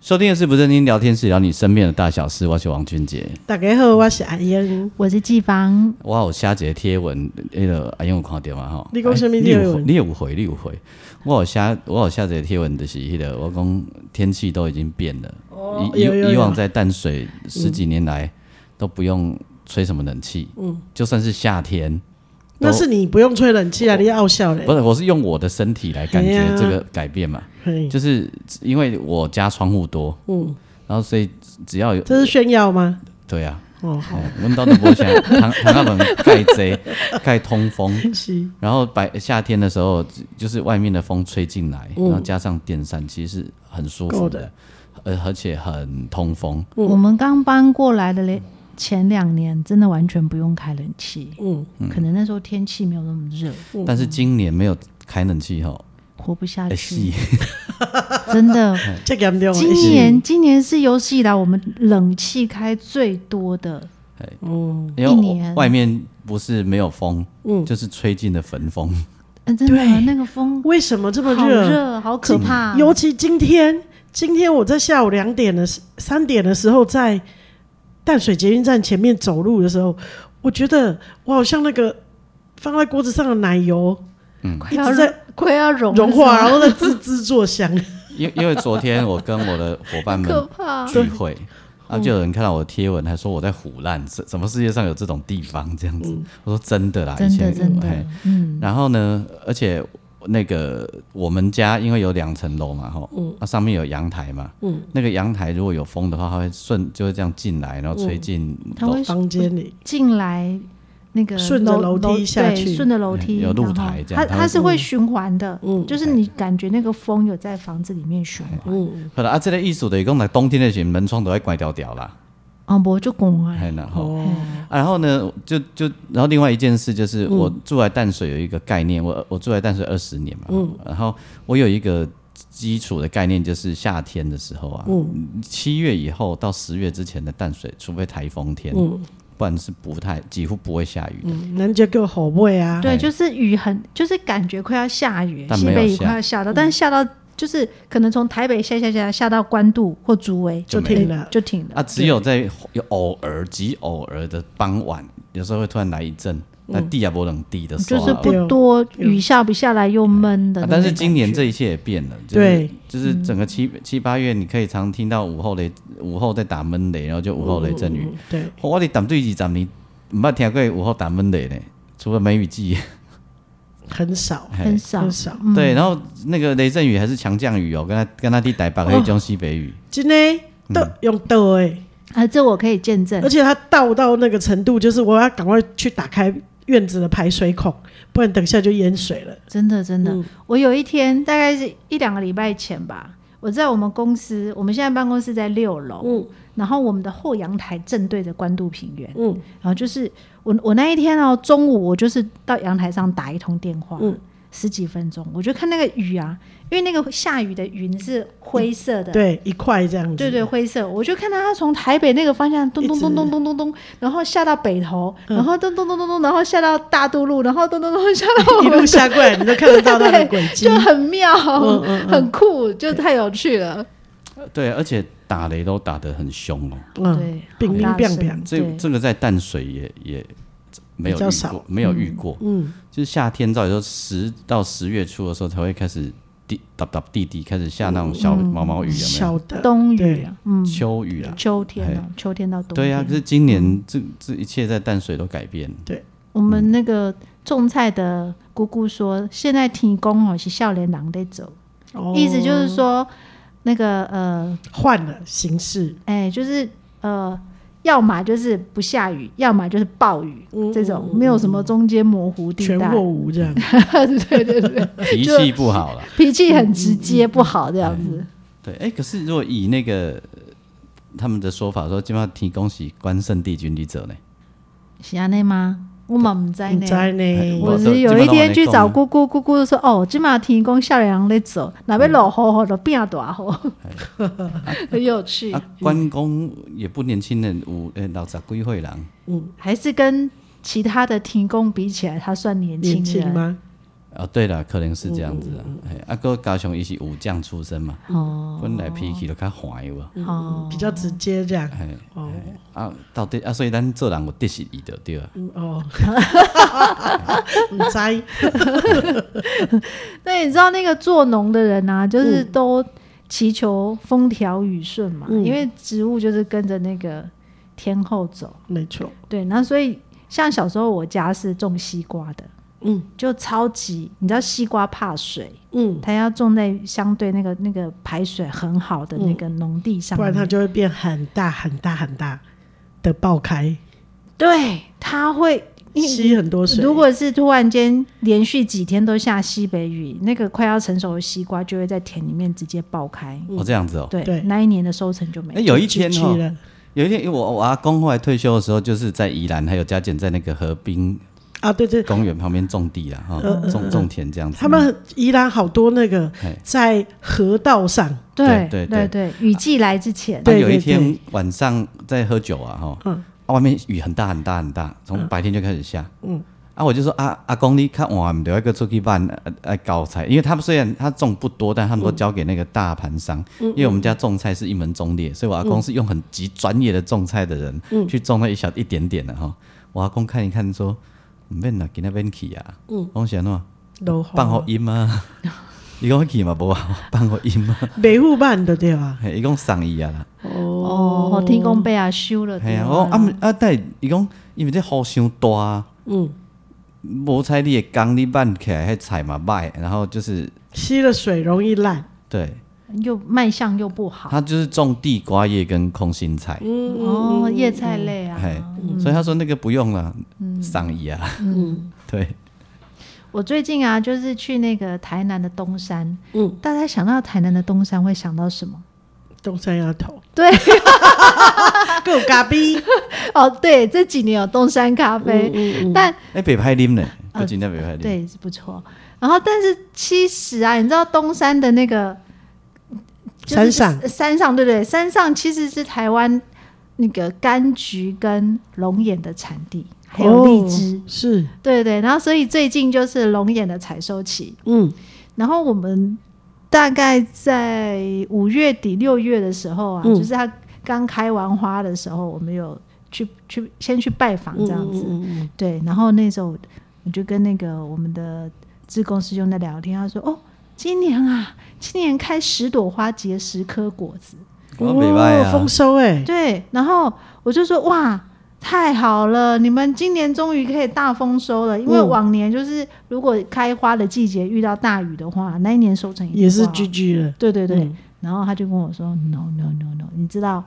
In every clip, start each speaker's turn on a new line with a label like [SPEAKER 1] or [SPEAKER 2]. [SPEAKER 1] 收听的是不正经聊天室，聊你身边的大小事。我是王俊杰，
[SPEAKER 2] 大家好，我是阿英。
[SPEAKER 3] 我是季芳，
[SPEAKER 1] 我有写一个贴文，那个阿英有看到吗？吼，
[SPEAKER 2] 你讲什么
[SPEAKER 1] 哎
[SPEAKER 2] 贴文
[SPEAKER 1] 你有回你有回，你有回。我有写，我有写一个贴文，就是迄、那个我讲天气都已经变了。
[SPEAKER 2] 哦
[SPEAKER 1] 以
[SPEAKER 2] 有有嗯
[SPEAKER 1] 以以
[SPEAKER 2] 有
[SPEAKER 1] 往在淡水十几年来、都不用吹什么冷气，嗯，就算是夏天，
[SPEAKER 2] 那是你不用吹冷气啊，你傲笑嘞
[SPEAKER 1] 不。是我是用我的身体来感
[SPEAKER 2] 哎
[SPEAKER 1] 觉
[SPEAKER 2] 呀
[SPEAKER 1] 这个改变嘛，
[SPEAKER 2] 嘿
[SPEAKER 1] 就是因为我家窗户多，
[SPEAKER 2] 嗯，
[SPEAKER 1] 然后所以只要有
[SPEAKER 2] 这是炫耀吗？
[SPEAKER 1] 对啊，
[SPEAKER 2] 哦，
[SPEAKER 1] 哎阮兜都无 啥，窗窗仔门盖 遮盖通风，
[SPEAKER 2] 是
[SPEAKER 1] 然后白夏天的时候，就是外面的风吹进来，然后加上电扇，其实是很舒服
[SPEAKER 2] 嗯够
[SPEAKER 1] 的
[SPEAKER 2] 的，
[SPEAKER 1] 而而且很通风。
[SPEAKER 3] 我们刚搬过来的嘞，前两年真的完全不用开冷气，
[SPEAKER 2] 嗯，
[SPEAKER 3] 可能那时候天气没有那么热，
[SPEAKER 1] 但是今年没有开冷气吼，
[SPEAKER 3] 活不下
[SPEAKER 1] 哎
[SPEAKER 3] 去
[SPEAKER 1] 是，，
[SPEAKER 3] 真的。
[SPEAKER 2] 这严重啊。
[SPEAKER 3] 今
[SPEAKER 2] 是
[SPEAKER 3] 年今年是有史以来我们冷气开最多的，
[SPEAKER 2] 嗯，
[SPEAKER 1] 因
[SPEAKER 3] 一
[SPEAKER 1] 为
[SPEAKER 3] 年
[SPEAKER 1] 外面不是没有风，
[SPEAKER 2] 嗯
[SPEAKER 1] 就是吹进了焚风。
[SPEAKER 3] 嗯，真的
[SPEAKER 2] 对
[SPEAKER 3] 那个风
[SPEAKER 2] 为什么这么
[SPEAKER 3] 好
[SPEAKER 2] 热？
[SPEAKER 3] 热，啊好可怕。
[SPEAKER 2] 尤其今天，今天我在下午两点的时三点的时候，在淡水捷运站前面走路的时候，我觉得我好像那个放在锅子上的奶油
[SPEAKER 3] 快
[SPEAKER 2] 一
[SPEAKER 3] 要
[SPEAKER 2] 直在
[SPEAKER 3] 快要融
[SPEAKER 2] 融化，
[SPEAKER 3] 了
[SPEAKER 2] 然后在滋滋作 响。
[SPEAKER 1] 因因为昨天我跟我的伙伴
[SPEAKER 3] 可
[SPEAKER 1] 们
[SPEAKER 3] 怕。
[SPEAKER 1] 聚会，然后
[SPEAKER 3] 嗯
[SPEAKER 1] 就有人看到我的贴文，还说我在胡乱，怎怎么世界上有这种地方这样子？我说真的啦，以
[SPEAKER 3] 嗯真的
[SPEAKER 1] 前
[SPEAKER 3] 真
[SPEAKER 1] 嘿
[SPEAKER 3] 的，嗯，
[SPEAKER 1] 然后呢，而且那个我们家因为有两层楼嘛，吼，
[SPEAKER 3] 嗯
[SPEAKER 1] 它、上面有阳台嘛，嗯，那个阳台如果有风的话，它会顺就会这样进来，然后吹进
[SPEAKER 3] 嗯它
[SPEAKER 1] 楼、
[SPEAKER 3] 会
[SPEAKER 2] 房间里，
[SPEAKER 3] 进来那个
[SPEAKER 2] 顺着楼梯下
[SPEAKER 3] 对
[SPEAKER 2] 去
[SPEAKER 3] 顺着楼梯
[SPEAKER 1] 有露
[SPEAKER 3] 然后
[SPEAKER 1] 台这样
[SPEAKER 3] 它
[SPEAKER 1] 它会
[SPEAKER 3] 它是会循环的，
[SPEAKER 2] 嗯
[SPEAKER 3] 就是你感觉那个风有在房子里面循环，
[SPEAKER 2] 嗯，
[SPEAKER 1] 好了啊，这个艺术的，讲来冬天的时候门窗都会关掉掉啦，
[SPEAKER 3] 啊，我就拱啊，
[SPEAKER 1] 哎、然后、
[SPEAKER 2] 哦，
[SPEAKER 1] 啊然后呢，就就然后另外一件事就是，我住在淡水有一个概念，我我住在淡水二十年嘛，然后我有一个基础的概念，就是夏天的时候啊，七月以后到十月之前的淡水，除非台风天，不然是不太几乎不会下雨的。
[SPEAKER 2] 人家叫好味啊，
[SPEAKER 3] 对，就是雨很，就是感觉快要下雨，
[SPEAKER 1] 哎但
[SPEAKER 3] 西
[SPEAKER 1] 没有
[SPEAKER 3] 北雨
[SPEAKER 1] 下
[SPEAKER 3] 快要下到，但是下到就是可能从台北下下下下到关渡或竹围
[SPEAKER 2] 就
[SPEAKER 1] 没
[SPEAKER 2] 停了。
[SPEAKER 3] 就停了，
[SPEAKER 1] 啊，只有在有偶尔极偶尔的傍晚，有时候会突然来一阵，那地也不冷地的时
[SPEAKER 3] 就是
[SPEAKER 1] 候啊。
[SPEAKER 3] 不多，雨下不下来又闷的
[SPEAKER 1] 啊
[SPEAKER 3] 那种感觉、嗯
[SPEAKER 1] 但是今年这一切也变了，就是、
[SPEAKER 2] 对，
[SPEAKER 1] 就是整个七、七八月，你可以常听到午后雷，午后在打闷雷，然后就午后雷阵雨。
[SPEAKER 2] 嗯对，
[SPEAKER 1] 哦我哋淡水二十年，唔捌听过午后打闷雷呢，除了梅雨季。
[SPEAKER 2] 很少，
[SPEAKER 1] 哎
[SPEAKER 3] 很少
[SPEAKER 2] 很，少。
[SPEAKER 3] 嗯
[SPEAKER 1] 对，然后那个雷阵雨还是强降雨哦，跟他跟他地台北
[SPEAKER 3] 哦
[SPEAKER 1] 黑中西北雨，
[SPEAKER 2] 今天倒用倒哎，
[SPEAKER 3] 啊，这我可以见证
[SPEAKER 2] 而。且它倒到那个程度，就是我要赶快去打开院子的排水孔，不然等一下就淹水了。
[SPEAKER 3] 真的，真的，
[SPEAKER 2] 嗯
[SPEAKER 3] 我有一天大概是一两个礼拜前吧，我在我们公司，我们现在办公室在六楼，
[SPEAKER 2] 嗯
[SPEAKER 3] 然后我们的后阳台正对着关渡平原，
[SPEAKER 2] 嗯，
[SPEAKER 3] 然后就是我我那一天哦，中午我就是到阳台上打一通电话，
[SPEAKER 2] 嗯
[SPEAKER 3] 十几分钟，我就看那个雨啊，因为那个下雨的云是灰色的。
[SPEAKER 2] 对，一块这样子。
[SPEAKER 3] 对对，灰色，我就看到它从台北那个方向咚咚咚咚咚咚咚，然后下到北投，
[SPEAKER 2] 嗯
[SPEAKER 3] 然后咚咚咚咚咚，然后下到大渡路，然后咚咚咚下 到我
[SPEAKER 2] 一
[SPEAKER 3] 们
[SPEAKER 2] 路下过来，你都看得到它的轨迹
[SPEAKER 3] 就。很妙，
[SPEAKER 2] 嗯嗯嗯
[SPEAKER 3] 很酷，就太有趣了。
[SPEAKER 1] 对，而且打雷都打得很凶哦。
[SPEAKER 2] 嗯，乒乒乓乓。
[SPEAKER 1] 这
[SPEAKER 3] 对
[SPEAKER 1] 这个在淡水也也没有
[SPEAKER 2] 比较
[SPEAKER 1] 遇
[SPEAKER 2] 少
[SPEAKER 1] 过，没有遇过。
[SPEAKER 2] 嗯，
[SPEAKER 1] 就是夏天，照理说十到十月初的时候才会开始滴哒哒滴滴开始下那种小毛毛雨，有没有？
[SPEAKER 2] 嗯小的。
[SPEAKER 3] 冬雨
[SPEAKER 2] 对
[SPEAKER 3] 啊，嗯，
[SPEAKER 1] 秋雨啦。
[SPEAKER 3] 秋天啊，秋天到冬
[SPEAKER 1] 对
[SPEAKER 3] 天。
[SPEAKER 1] 呀、可是今年这这一切在淡水都改 变。
[SPEAKER 3] 我们那个种菜的姑姑说，现在天公哦是笑脸狼在走，
[SPEAKER 2] 哦
[SPEAKER 3] 意思就是说，那个呃，
[SPEAKER 2] 换了形式，
[SPEAKER 3] 哎，就是呃。要么就是不下雨，要么就是暴雨，这种没有什么中间模糊地
[SPEAKER 2] 哦全
[SPEAKER 3] 带。
[SPEAKER 2] 落伍这样。
[SPEAKER 3] 对对对对，
[SPEAKER 1] 脾气不好了，
[SPEAKER 2] 嗯
[SPEAKER 3] 脾气很直接，不好这样子。
[SPEAKER 1] 对，哎、可是如果以那个呃他们的说法说，今晚提供是关圣帝君旅者呢？
[SPEAKER 3] 是安内吗？我嘛唔知
[SPEAKER 2] 唔
[SPEAKER 3] 呢。
[SPEAKER 2] 知
[SPEAKER 1] 哎
[SPEAKER 2] 呢，
[SPEAKER 3] 我
[SPEAKER 1] 我
[SPEAKER 3] 是
[SPEAKER 1] 都
[SPEAKER 3] 有一
[SPEAKER 1] 这摆都安
[SPEAKER 3] 天
[SPEAKER 1] 尼
[SPEAKER 3] 去
[SPEAKER 1] 讲
[SPEAKER 3] 找
[SPEAKER 1] 啊
[SPEAKER 3] 姑姑，姑姑就说：“哦，即马天公下人咧走，若要落雨，雨就变大雨， 很有趣。
[SPEAKER 1] 啊，关公也不年轻人，五呃老十几岁人，
[SPEAKER 3] 还是跟其他的天公比起来，他算年轻
[SPEAKER 2] 年轻
[SPEAKER 3] 人
[SPEAKER 2] 吗？
[SPEAKER 1] 哦，对了，可能是这样子啊。
[SPEAKER 2] 嗯
[SPEAKER 1] 哎、啊，哥高雄一是武将出身嘛，
[SPEAKER 3] 哦
[SPEAKER 1] 本来脾气就较坏有无？
[SPEAKER 2] 嗯
[SPEAKER 3] 哦，
[SPEAKER 2] 比较直接这样。
[SPEAKER 1] 哎、
[SPEAKER 2] 哦
[SPEAKER 1] 啊，到底啊，所以咱做人有得啊失伊就对了。
[SPEAKER 2] 嗯哦， 唔知
[SPEAKER 3] 那你知道那个做农的人啊，就是
[SPEAKER 1] 嗯
[SPEAKER 3] 都祈求风调雨顺嘛，
[SPEAKER 2] 嗯
[SPEAKER 3] 因为植物就是跟着那个天后走。
[SPEAKER 2] 没错，
[SPEAKER 3] 对，那所以像小时候我家是种西瓜的，
[SPEAKER 2] 嗯
[SPEAKER 3] 就超级，你知道西瓜怕水，
[SPEAKER 2] 嗯，
[SPEAKER 3] 它要种在相对那个那个排水很好的那个农地上
[SPEAKER 2] 嗯不然
[SPEAKER 3] 面，
[SPEAKER 2] 它就会变很大很大很大的爆开，
[SPEAKER 3] 对它会。因为
[SPEAKER 2] 吸很多水。
[SPEAKER 3] 如果是突然间连续几天都下西北雨，那个快要成熟的西瓜就会在田里面直接爆开。
[SPEAKER 2] 嗯
[SPEAKER 1] 哦，这样子哦。
[SPEAKER 3] 对，
[SPEAKER 2] 对
[SPEAKER 3] 那一年的收成就没
[SPEAKER 1] 哎、。有一天
[SPEAKER 2] 去
[SPEAKER 1] 哦，
[SPEAKER 2] 了
[SPEAKER 1] 有一天，因为我我阿公后来退休的时候，就是在宜兰还有嘉简在那个河滨
[SPEAKER 2] 啊，对对，
[SPEAKER 1] 公园旁边种地啦，哈、种种田这样子。
[SPEAKER 2] 呃他们宜兰好多那个
[SPEAKER 1] 嘿
[SPEAKER 2] 在河道上，
[SPEAKER 3] 对对
[SPEAKER 1] 对对
[SPEAKER 3] 对，雨季来之前，
[SPEAKER 2] 对
[SPEAKER 1] 啊那有一
[SPEAKER 2] 对
[SPEAKER 1] 天晚上在喝酒啊，哈、
[SPEAKER 2] 嗯
[SPEAKER 1] 啊，外面雨很大很大很大，从白天就开始下。嗯，啊，我就说啊，阿公你看晚，留一个出去办呃呃搞菜，因为他们虽然他种不多，但他们都交给那个大盘商，
[SPEAKER 2] 嗯
[SPEAKER 1] 因为我们家种菜是一门忠烈，所以我阿公是用很极专业的种菜的人、
[SPEAKER 2] 嗯
[SPEAKER 1] 去种那一小一点点的哈。我阿公看一看说，嗯唔免啦，今天免去啊，嗯，我想喏，
[SPEAKER 2] 楼
[SPEAKER 1] 放好音啊， 伊讲去嘛无好，放好音啊，
[SPEAKER 2] 北户办的对吧？
[SPEAKER 1] 嘿伊讲送伊啊啦。
[SPEAKER 3] 哦，我天公被啊修了，
[SPEAKER 1] 系
[SPEAKER 3] 对
[SPEAKER 1] 啊，
[SPEAKER 3] 吧
[SPEAKER 1] 我啊毋啊，但是伊讲因为这雨伤大，
[SPEAKER 2] 嗯，
[SPEAKER 1] 无采你的工你挽起来，迄菜嘛歹，然后就是
[SPEAKER 2] 吸了水容易烂。
[SPEAKER 1] 对，
[SPEAKER 3] 又卖相又不好，
[SPEAKER 1] 他就是种地瓜叶跟空心菜，
[SPEAKER 2] 嗯
[SPEAKER 3] 哦，叶菜类啊。
[SPEAKER 1] 嘿，所以他说那个不用了，
[SPEAKER 3] 嗯
[SPEAKER 1] 上衣啊， 对，
[SPEAKER 3] 我最近啊，就是去那个台南的东山，
[SPEAKER 2] 嗯，
[SPEAKER 3] 大家想到台南的东山会想到什么？
[SPEAKER 2] 东山丫头，
[SPEAKER 3] 对，
[SPEAKER 2] 够咖逼， 嗯
[SPEAKER 3] 哦，对，这几年有东山咖啡，但
[SPEAKER 1] 哎，北派啉呢，
[SPEAKER 3] 呃
[SPEAKER 1] 就真的北派啉，
[SPEAKER 3] 对是不错。然后，但是其实啊，你知道东山的那个、就是
[SPEAKER 2] 山上
[SPEAKER 3] 山上对不对？山上其实是台湾那个柑橘跟龙眼的产地，还有荔枝，
[SPEAKER 2] 哦是，
[SPEAKER 3] 对对。然后，所以最近就是龙眼的采收期。
[SPEAKER 2] 嗯
[SPEAKER 3] 然后我们大概在五月底六月的时候啊，
[SPEAKER 2] 嗯
[SPEAKER 3] 就是它刚开完花的时候，我们有去去先去拜访这样子。
[SPEAKER 2] 嗯嗯嗯
[SPEAKER 3] 对，然后那时候我就跟那个我们的志工师兄在聊天，他说：“哦，今年啊，今年开十朵花结十颗果子。
[SPEAKER 1] 我北派
[SPEAKER 2] 哦
[SPEAKER 1] 啊
[SPEAKER 2] 丰，收哎”，
[SPEAKER 3] 对，然后我就说：“哇，太好了，你们今年终于可以大丰收了，因为
[SPEAKER 2] 嗯
[SPEAKER 3] 往年就是如果开花的季节遇到大雨的话，那一年收成定
[SPEAKER 2] 也是
[SPEAKER 3] 不好啊
[SPEAKER 2] GG 了，
[SPEAKER 3] 对对对。
[SPEAKER 2] 嗯
[SPEAKER 3] 然后他就跟我说：“No No No No，你知道。”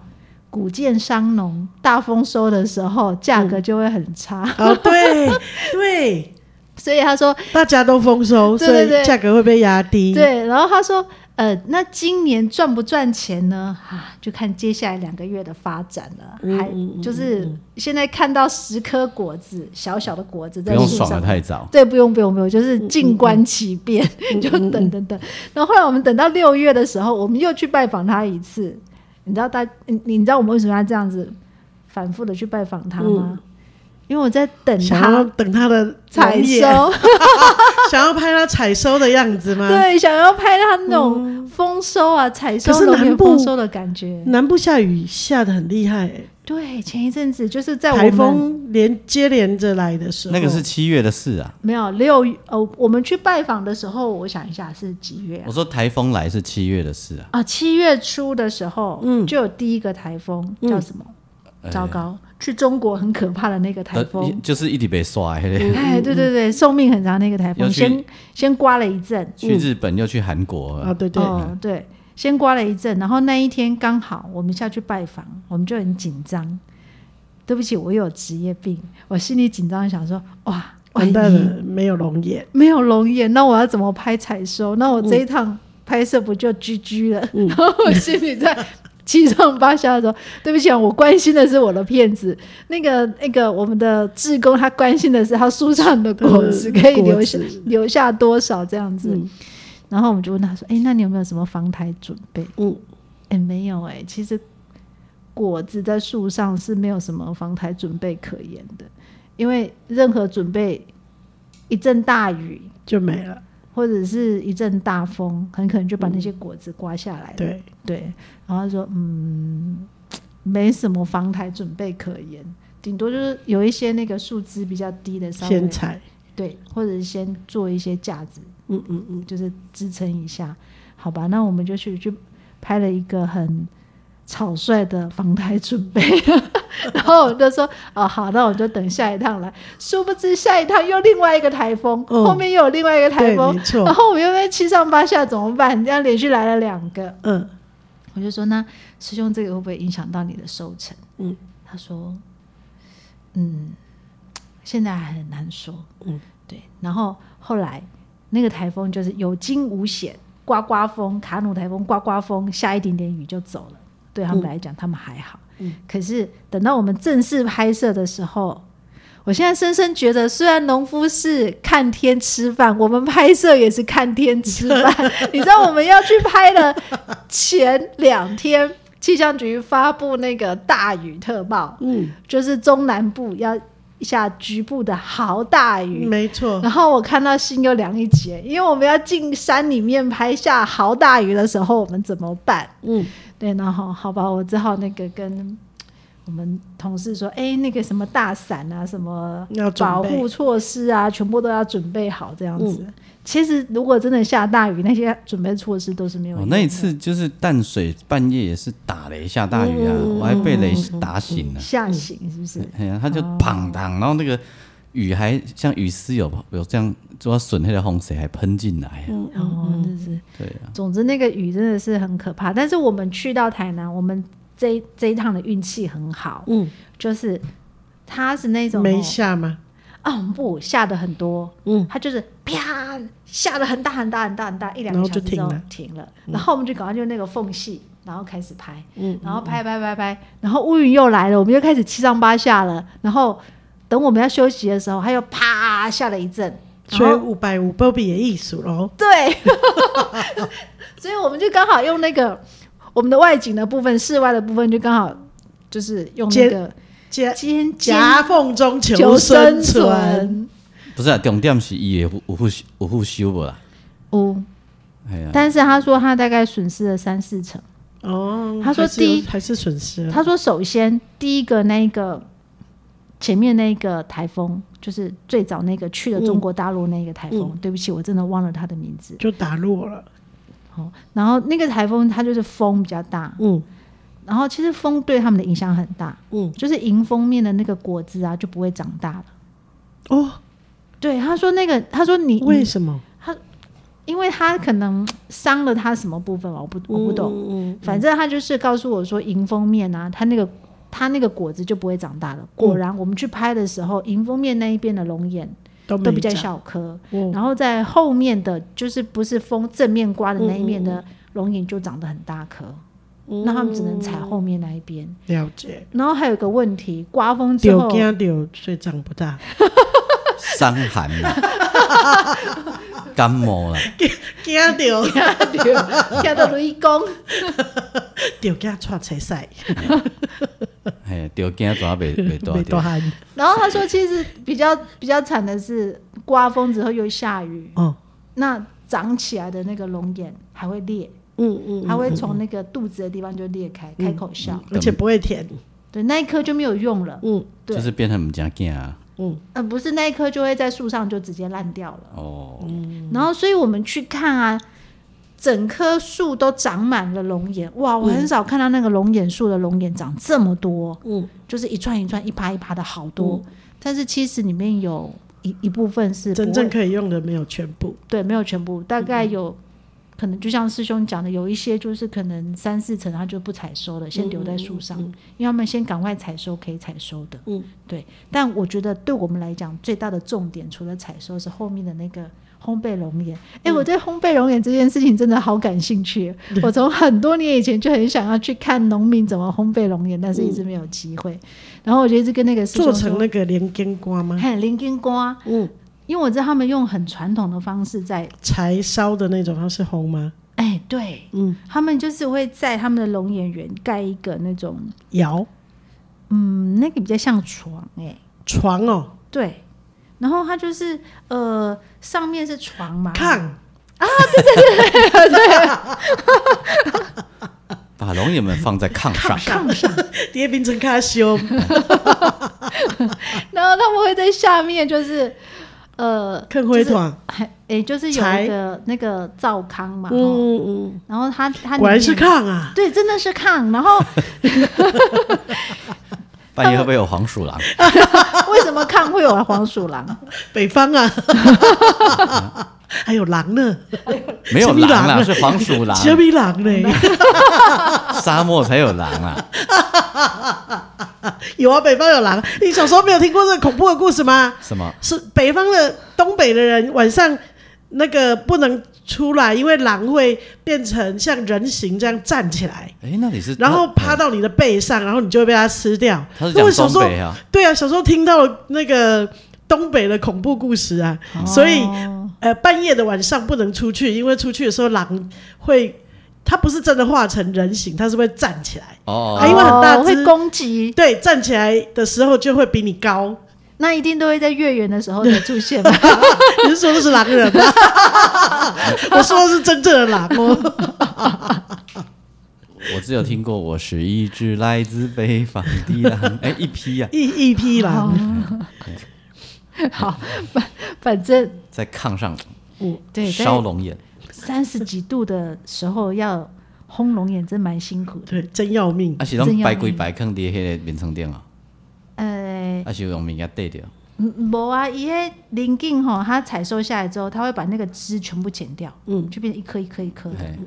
[SPEAKER 3] 古建商农大丰收的时候，价格就会很差，
[SPEAKER 2] 哦对对，
[SPEAKER 3] 所以他说
[SPEAKER 2] 大家都丰收，
[SPEAKER 3] 对
[SPEAKER 2] 所
[SPEAKER 3] 对
[SPEAKER 2] 以
[SPEAKER 3] 对
[SPEAKER 2] 价格会被压低，
[SPEAKER 3] 对，然后他说，呃，那今年赚不赚钱呢？ 啊，就看接下来两个月的发展了。还就是现在看到十颗果子，小小的果子
[SPEAKER 1] 不
[SPEAKER 3] 在
[SPEAKER 1] 用
[SPEAKER 3] 树
[SPEAKER 1] 爽
[SPEAKER 3] 上
[SPEAKER 1] 的。太早，
[SPEAKER 3] 对，不用不用不用，就是
[SPEAKER 2] 嗯
[SPEAKER 3] 静观其变，就等等等。然后后来我们等到六月的时候，我们又去拜访他一次。你知道大，你你知道我们为什么要这样子反复的去拜访他吗？因为我在等
[SPEAKER 2] 嗯想要
[SPEAKER 3] 他
[SPEAKER 2] 等他的
[SPEAKER 3] 采
[SPEAKER 2] 农业
[SPEAKER 3] 收，
[SPEAKER 2] 想要拍他采收的样子吗？，
[SPEAKER 3] 对，想要拍到那种丰收啊、采收
[SPEAKER 2] 可是
[SPEAKER 3] 农业
[SPEAKER 2] 南
[SPEAKER 3] 丰
[SPEAKER 2] 部
[SPEAKER 3] 收的感觉。
[SPEAKER 2] 南部下雨下的很厉害、欸，
[SPEAKER 3] 对，前一阵子就是在我
[SPEAKER 2] 台
[SPEAKER 3] 们
[SPEAKER 2] 风连接连着来的时候，
[SPEAKER 1] 那个是七月的事啊，
[SPEAKER 3] 没有六月呃，我们去拜访的时候，我想一下是几月啊
[SPEAKER 1] 我？说台风来是七月的事啊，
[SPEAKER 3] 啊，七月初的时候，
[SPEAKER 2] 嗯
[SPEAKER 3] 就有第一个台风，叫什么？
[SPEAKER 1] 哎
[SPEAKER 3] 糟糕，去中国很可怕的那个台
[SPEAKER 1] 呃嗯
[SPEAKER 3] 风。
[SPEAKER 1] 就是一直被刷，嘿嘿
[SPEAKER 3] 哎，对对对，寿命很长那个台风，
[SPEAKER 1] 尤其
[SPEAKER 3] 先先刮了一阵，
[SPEAKER 1] 去日本又去韩国
[SPEAKER 2] 啊，
[SPEAKER 1] 啊，
[SPEAKER 2] 对对，
[SPEAKER 3] 哦，对，先刮了一阵，然后那一天刚好我们下去拜访，我们就很紧张。对不起，我有职业病，我心里紧张，想说哇，万
[SPEAKER 2] 完蛋
[SPEAKER 3] 一
[SPEAKER 2] 了，没有龙眼，嗯
[SPEAKER 3] 没有龙眼，那我要怎么拍采收？那我这一趟拍摄不就 GG 了？然后我心里在七上八下的时候，对不起啊，我关心的是我的片子，那个那个我们的志工他关心的是他树上的果子
[SPEAKER 2] 嗯
[SPEAKER 3] 可以留下
[SPEAKER 2] 果子嗯
[SPEAKER 3] 留下多少这样子。然后我们就问他说：“哎、那你有没有什么防台准备？”
[SPEAKER 2] 嗯，
[SPEAKER 3] 哎、没有哎、其实果子在树上是没有什么防台准备可言的，因为任何准备一阵大雨
[SPEAKER 2] 就没了。
[SPEAKER 3] 或者是一阵大风，很可能就把那些果子刮下来了。
[SPEAKER 2] 对，
[SPEAKER 3] 对，然后他说嗯，没什么防台准备可言，顶多就是有一些那个树枝比较低的，稍微
[SPEAKER 2] 先采。
[SPEAKER 3] 对，或者是先做一些架子，
[SPEAKER 2] 嗯嗯嗯，
[SPEAKER 3] 就是支撑一下，好吧？那我们就去去拍了一个很草率的防台准备， 然后我就说哦好，那我就等下一趟来。殊不知下一趟又另外一个台风，
[SPEAKER 2] 嗯
[SPEAKER 3] 后面又有另外一个台
[SPEAKER 2] 对，
[SPEAKER 3] 风，
[SPEAKER 2] 没错
[SPEAKER 3] 然。 后我们又被七上八下，怎么办？这样连续来了两个，
[SPEAKER 2] 嗯，
[SPEAKER 3] 我就说：“那师兄，这个会不会影响到你的收成？”
[SPEAKER 2] 嗯，
[SPEAKER 3] 他说：“嗯，现在还很难说。”
[SPEAKER 2] 嗯，
[SPEAKER 3] 对。然后后来那个台风就是有惊无险，刮刮风，卡努台风刮刮风，下一点点雨就走了。对他们来讲，他们还好。
[SPEAKER 2] 嗯，
[SPEAKER 3] 可是等到我们正式拍摄的时候。我现在深深觉得，虽然农夫是看天吃饭，我们拍摄也是看天 吃饭。你知道我们要去拍的前两天气象局发布那个大雨特报，
[SPEAKER 2] 嗯，
[SPEAKER 3] 就是中南部要下局部的豪大雨。
[SPEAKER 2] 没错。
[SPEAKER 3] 然后我看到心又凉一截，因为我们要进山里面拍下豪大雨的时候，我们怎么办？
[SPEAKER 2] 嗯，
[SPEAKER 3] 对，然后好吧，我只好那个跟我们同事说，哎，那个什么大伞啊，什么
[SPEAKER 2] 要准
[SPEAKER 3] 保
[SPEAKER 2] 备嗯
[SPEAKER 3] 护措施啊，全部都要准备好这样子。其实如果真的下大雨，那些准备措施都是没有
[SPEAKER 1] 我、
[SPEAKER 3] 用的。
[SPEAKER 1] 哦那一次就是淡水半夜也是打雷下大雨啊，我还被雷打醒了。
[SPEAKER 3] 下行是不是？
[SPEAKER 1] 哎呀，他就砰当，然后那个雨还像雨丝有有这样，主要损害的洪水还喷进来、
[SPEAKER 2] 嗯
[SPEAKER 1] 啊。
[SPEAKER 3] 哦，真是，
[SPEAKER 1] 对啊，
[SPEAKER 3] 总之那个雨真的是很可怕。但是我们去到台南，我们这一这一趟的运气很好，
[SPEAKER 2] 嗯，
[SPEAKER 3] 就是它是那种
[SPEAKER 2] 没下吗？
[SPEAKER 3] 哦啊不下的很多，
[SPEAKER 2] 嗯，
[SPEAKER 3] 它就是啪下的很大很大很大很大，一两
[SPEAKER 2] 然
[SPEAKER 3] 个
[SPEAKER 2] 后
[SPEAKER 3] 小时
[SPEAKER 2] 就
[SPEAKER 3] 之
[SPEAKER 2] 停
[SPEAKER 3] 后
[SPEAKER 2] 了嗯
[SPEAKER 3] 停了，然后我们就赶快就那个缝隙，然后开始拍，然后拍拍拍拍，然后乌云又来了，我们又开始七上八下了，然后等我们要休息的时候，它又啪下了一阵，然
[SPEAKER 2] 所以
[SPEAKER 3] 后
[SPEAKER 2] 五百五 Bobby 也艺术喽。
[SPEAKER 3] 对， 所以我们就刚好用那个我们的外景的部分、室外的部分，就刚好就是用那个
[SPEAKER 2] 夹
[SPEAKER 3] 尖
[SPEAKER 2] 呃夹缝中
[SPEAKER 3] 尖
[SPEAKER 2] 求生
[SPEAKER 3] 生
[SPEAKER 2] 存，
[SPEAKER 3] 存。
[SPEAKER 1] 不是啊，重点是伊有有复有复修无啦。
[SPEAKER 3] 哦，
[SPEAKER 1] 哎呀，
[SPEAKER 3] 但是他说他大概损失了三四成。
[SPEAKER 2] 哦，
[SPEAKER 3] 他说
[SPEAKER 2] 还是有
[SPEAKER 3] 第一
[SPEAKER 2] 还是损失了，
[SPEAKER 3] 他说，首先第一个那个前面那个台风，就是最早那个去了中国大陆那个台
[SPEAKER 2] 嗯
[SPEAKER 3] 风，对不起，我真的忘了他的名字。
[SPEAKER 2] 就打落了。
[SPEAKER 3] 哦，然后那个台风它就是风比较大，
[SPEAKER 2] 嗯
[SPEAKER 3] 然后其实风对他们的影响很大，
[SPEAKER 2] 嗯，
[SPEAKER 3] 就是迎风面的那个果子啊就不会长大了。
[SPEAKER 2] 哦，
[SPEAKER 3] 对，他说那个，他说你，嗯
[SPEAKER 2] 为什么？
[SPEAKER 3] 因为他可能伤了他什么部分吧，我不我不懂，
[SPEAKER 2] 懂。
[SPEAKER 3] 反正他就是告诉我说迎风面啊，他那个他那个果子就不会长大了。
[SPEAKER 2] 嗯
[SPEAKER 3] 果然，我们去拍的时候，迎风面那一边的龙眼
[SPEAKER 2] 都
[SPEAKER 3] 都
[SPEAKER 2] 没
[SPEAKER 3] 比较
[SPEAKER 2] 讲，
[SPEAKER 3] 小颗，
[SPEAKER 2] 哦
[SPEAKER 3] 然后在后面的就是不是风正面刮的那一
[SPEAKER 2] 嗯
[SPEAKER 3] 面的龙眼就长得很大颗，
[SPEAKER 2] 哦
[SPEAKER 3] 那他们只能采后面那一边。
[SPEAKER 2] 了解。
[SPEAKER 3] 然后还有一个问题，刮风之
[SPEAKER 2] 丢
[SPEAKER 3] 后，
[SPEAKER 2] 惊丢，所以长不大。
[SPEAKER 1] 伤寒啦， 感冒啦，
[SPEAKER 2] 惊丢
[SPEAKER 3] 跳到雷公。
[SPEAKER 2] 丢惊串菜赛，
[SPEAKER 1] 嘿，着惊怎啊 袂袂
[SPEAKER 2] 没多
[SPEAKER 1] 大着？
[SPEAKER 2] 汗。
[SPEAKER 3] 然后他说，其实比较比较惨的是，刮风之后又下雨，
[SPEAKER 2] 哦，
[SPEAKER 3] 那长起来的那个龙眼还会裂，
[SPEAKER 2] 嗯嗯，
[SPEAKER 3] 还会从那个肚子的地方就裂开，开口笑。
[SPEAKER 2] 而且不会甜。
[SPEAKER 3] 对，那一颗就没有用了。
[SPEAKER 2] 嗯
[SPEAKER 3] 对，
[SPEAKER 1] 就是变成毋正惊啊。
[SPEAKER 2] 嗯
[SPEAKER 3] 呃，不是那一颗就会在树上就直接烂掉了。
[SPEAKER 1] 哦，
[SPEAKER 3] 然后，所以我们去看啊，整棵树都长满了龙眼。哇，我很少看到那个龙眼树的龙眼长这么多，
[SPEAKER 2] 嗯，
[SPEAKER 3] 就是一串一串、一趴一趴的好多。但是其实里面有一一部分是不
[SPEAKER 2] 真
[SPEAKER 3] 会
[SPEAKER 2] 正可以用的没有全部。嗯
[SPEAKER 3] 对，没有全部，大概有可能就像师兄讲的，有一些就是可能三四层它就不采收了，先留在树上，因为他们先赶快采收可以采收的。
[SPEAKER 2] 嗯，
[SPEAKER 3] 对。但我觉得对我们来讲，最大的重点除了采收是后面的那个烘焙熔岩。哎、
[SPEAKER 2] 嗯
[SPEAKER 3] 我对烘焙熔岩这件事情真的好感兴趣。 我从很多年以前就很想要去看农民怎么烘焙熔岩，但是一直没有机会。然后我就一直跟那个师
[SPEAKER 2] 嗯做
[SPEAKER 3] 兄
[SPEAKER 2] 成
[SPEAKER 3] 说，
[SPEAKER 2] 那个连根瓜吗？
[SPEAKER 3] 嘿，林根瓜，
[SPEAKER 2] 嗯，
[SPEAKER 3] 因为我知道他们用很传统的方式在
[SPEAKER 2] 柴烧的那种，它是红吗？
[SPEAKER 3] 哎，对，
[SPEAKER 2] 嗯，
[SPEAKER 3] 他们就是会在他们的龙眼园盖一个那种，
[SPEAKER 2] 窑
[SPEAKER 3] 嗯，那个比较像床、
[SPEAKER 2] 床哦
[SPEAKER 3] 哎，，对。然后它就是呃，上面是床嘛，
[SPEAKER 2] 炕
[SPEAKER 1] 把龙眼们放在炕上，
[SPEAKER 3] 炕上，
[SPEAKER 2] 叠冰成卡西欧，
[SPEAKER 3] 然后他们会在下面就是呃，
[SPEAKER 2] 啃灰
[SPEAKER 3] 就是
[SPEAKER 2] 团，
[SPEAKER 3] 哎，哎，就是有
[SPEAKER 2] 柴
[SPEAKER 3] 一个那个灶炕嘛，哦
[SPEAKER 2] 嗯嗯
[SPEAKER 3] 然后它它
[SPEAKER 2] 嗯，
[SPEAKER 3] 里
[SPEAKER 2] 果然是
[SPEAKER 3] 面，
[SPEAKER 2] 炕啊，
[SPEAKER 3] 对，真的是炕。然后
[SPEAKER 1] 半夜会不会有黄鼠狼？
[SPEAKER 3] 为什么炕会有黄鼠狼？
[SPEAKER 2] 北方啊， 还有狼呢，
[SPEAKER 1] 没有
[SPEAKER 2] 是
[SPEAKER 1] 狼
[SPEAKER 2] 狼
[SPEAKER 1] 啦，
[SPEAKER 2] 啊
[SPEAKER 1] 是黄 鼠狼，
[SPEAKER 2] 杰米狼呢？
[SPEAKER 3] 嗯
[SPEAKER 1] 沙漠才有狼啊！
[SPEAKER 2] 有啊，北方有狼。你小时候没有听过这个恐怖的故事吗？
[SPEAKER 1] 什么？
[SPEAKER 2] 是北方的东北的人晚上那个不能出来，因为狼会变成像人形这样站起来，
[SPEAKER 1] 哎，那你是
[SPEAKER 2] 然后
[SPEAKER 1] 他
[SPEAKER 2] 趴到你的背上，然后你就会被它吃掉。
[SPEAKER 1] 他是
[SPEAKER 2] 那
[SPEAKER 1] 讲
[SPEAKER 2] 我小时
[SPEAKER 1] 东
[SPEAKER 2] 候
[SPEAKER 1] 北啊，
[SPEAKER 2] 对啊，小时候听到那个东北的恐怖故事啊， 所以
[SPEAKER 3] 哦
[SPEAKER 2] 呃半夜的晚上不能出去，因为出去的时候狼会。它不是真的化成人形，它是会站起来。
[SPEAKER 1] 哦
[SPEAKER 2] 啊因为很大
[SPEAKER 3] 哦
[SPEAKER 2] 只
[SPEAKER 3] 会攻击，
[SPEAKER 2] 对，站起来的时候就会比你高。
[SPEAKER 3] 那一定都会在月圆的时候才出现吧？
[SPEAKER 2] 你是说的是狼人吗？ 我说的是真正的狼哦。
[SPEAKER 1] 我只有听过我是一只来自北方的狼，哎，一 匹呀，
[SPEAKER 2] 一一匹狼，
[SPEAKER 3] 哦好，反反正
[SPEAKER 1] 在炕上
[SPEAKER 3] 对，在
[SPEAKER 1] 烧龙眼，
[SPEAKER 3] 三十几度的时候要烘龙眼，真蛮辛苦的。
[SPEAKER 2] 对，真要命。
[SPEAKER 1] 啊是
[SPEAKER 3] 真
[SPEAKER 1] 用
[SPEAKER 3] 要
[SPEAKER 1] 白龟白坑的迄个眠床垫啊，
[SPEAKER 3] 呃，
[SPEAKER 1] 啊是用物件缀着，
[SPEAKER 3] 嗯无啊，伊迄林茎吼，它采收下来之后，它会把那个枝全部剪掉，嗯，就变成一颗一颗一颗的，
[SPEAKER 1] 哎，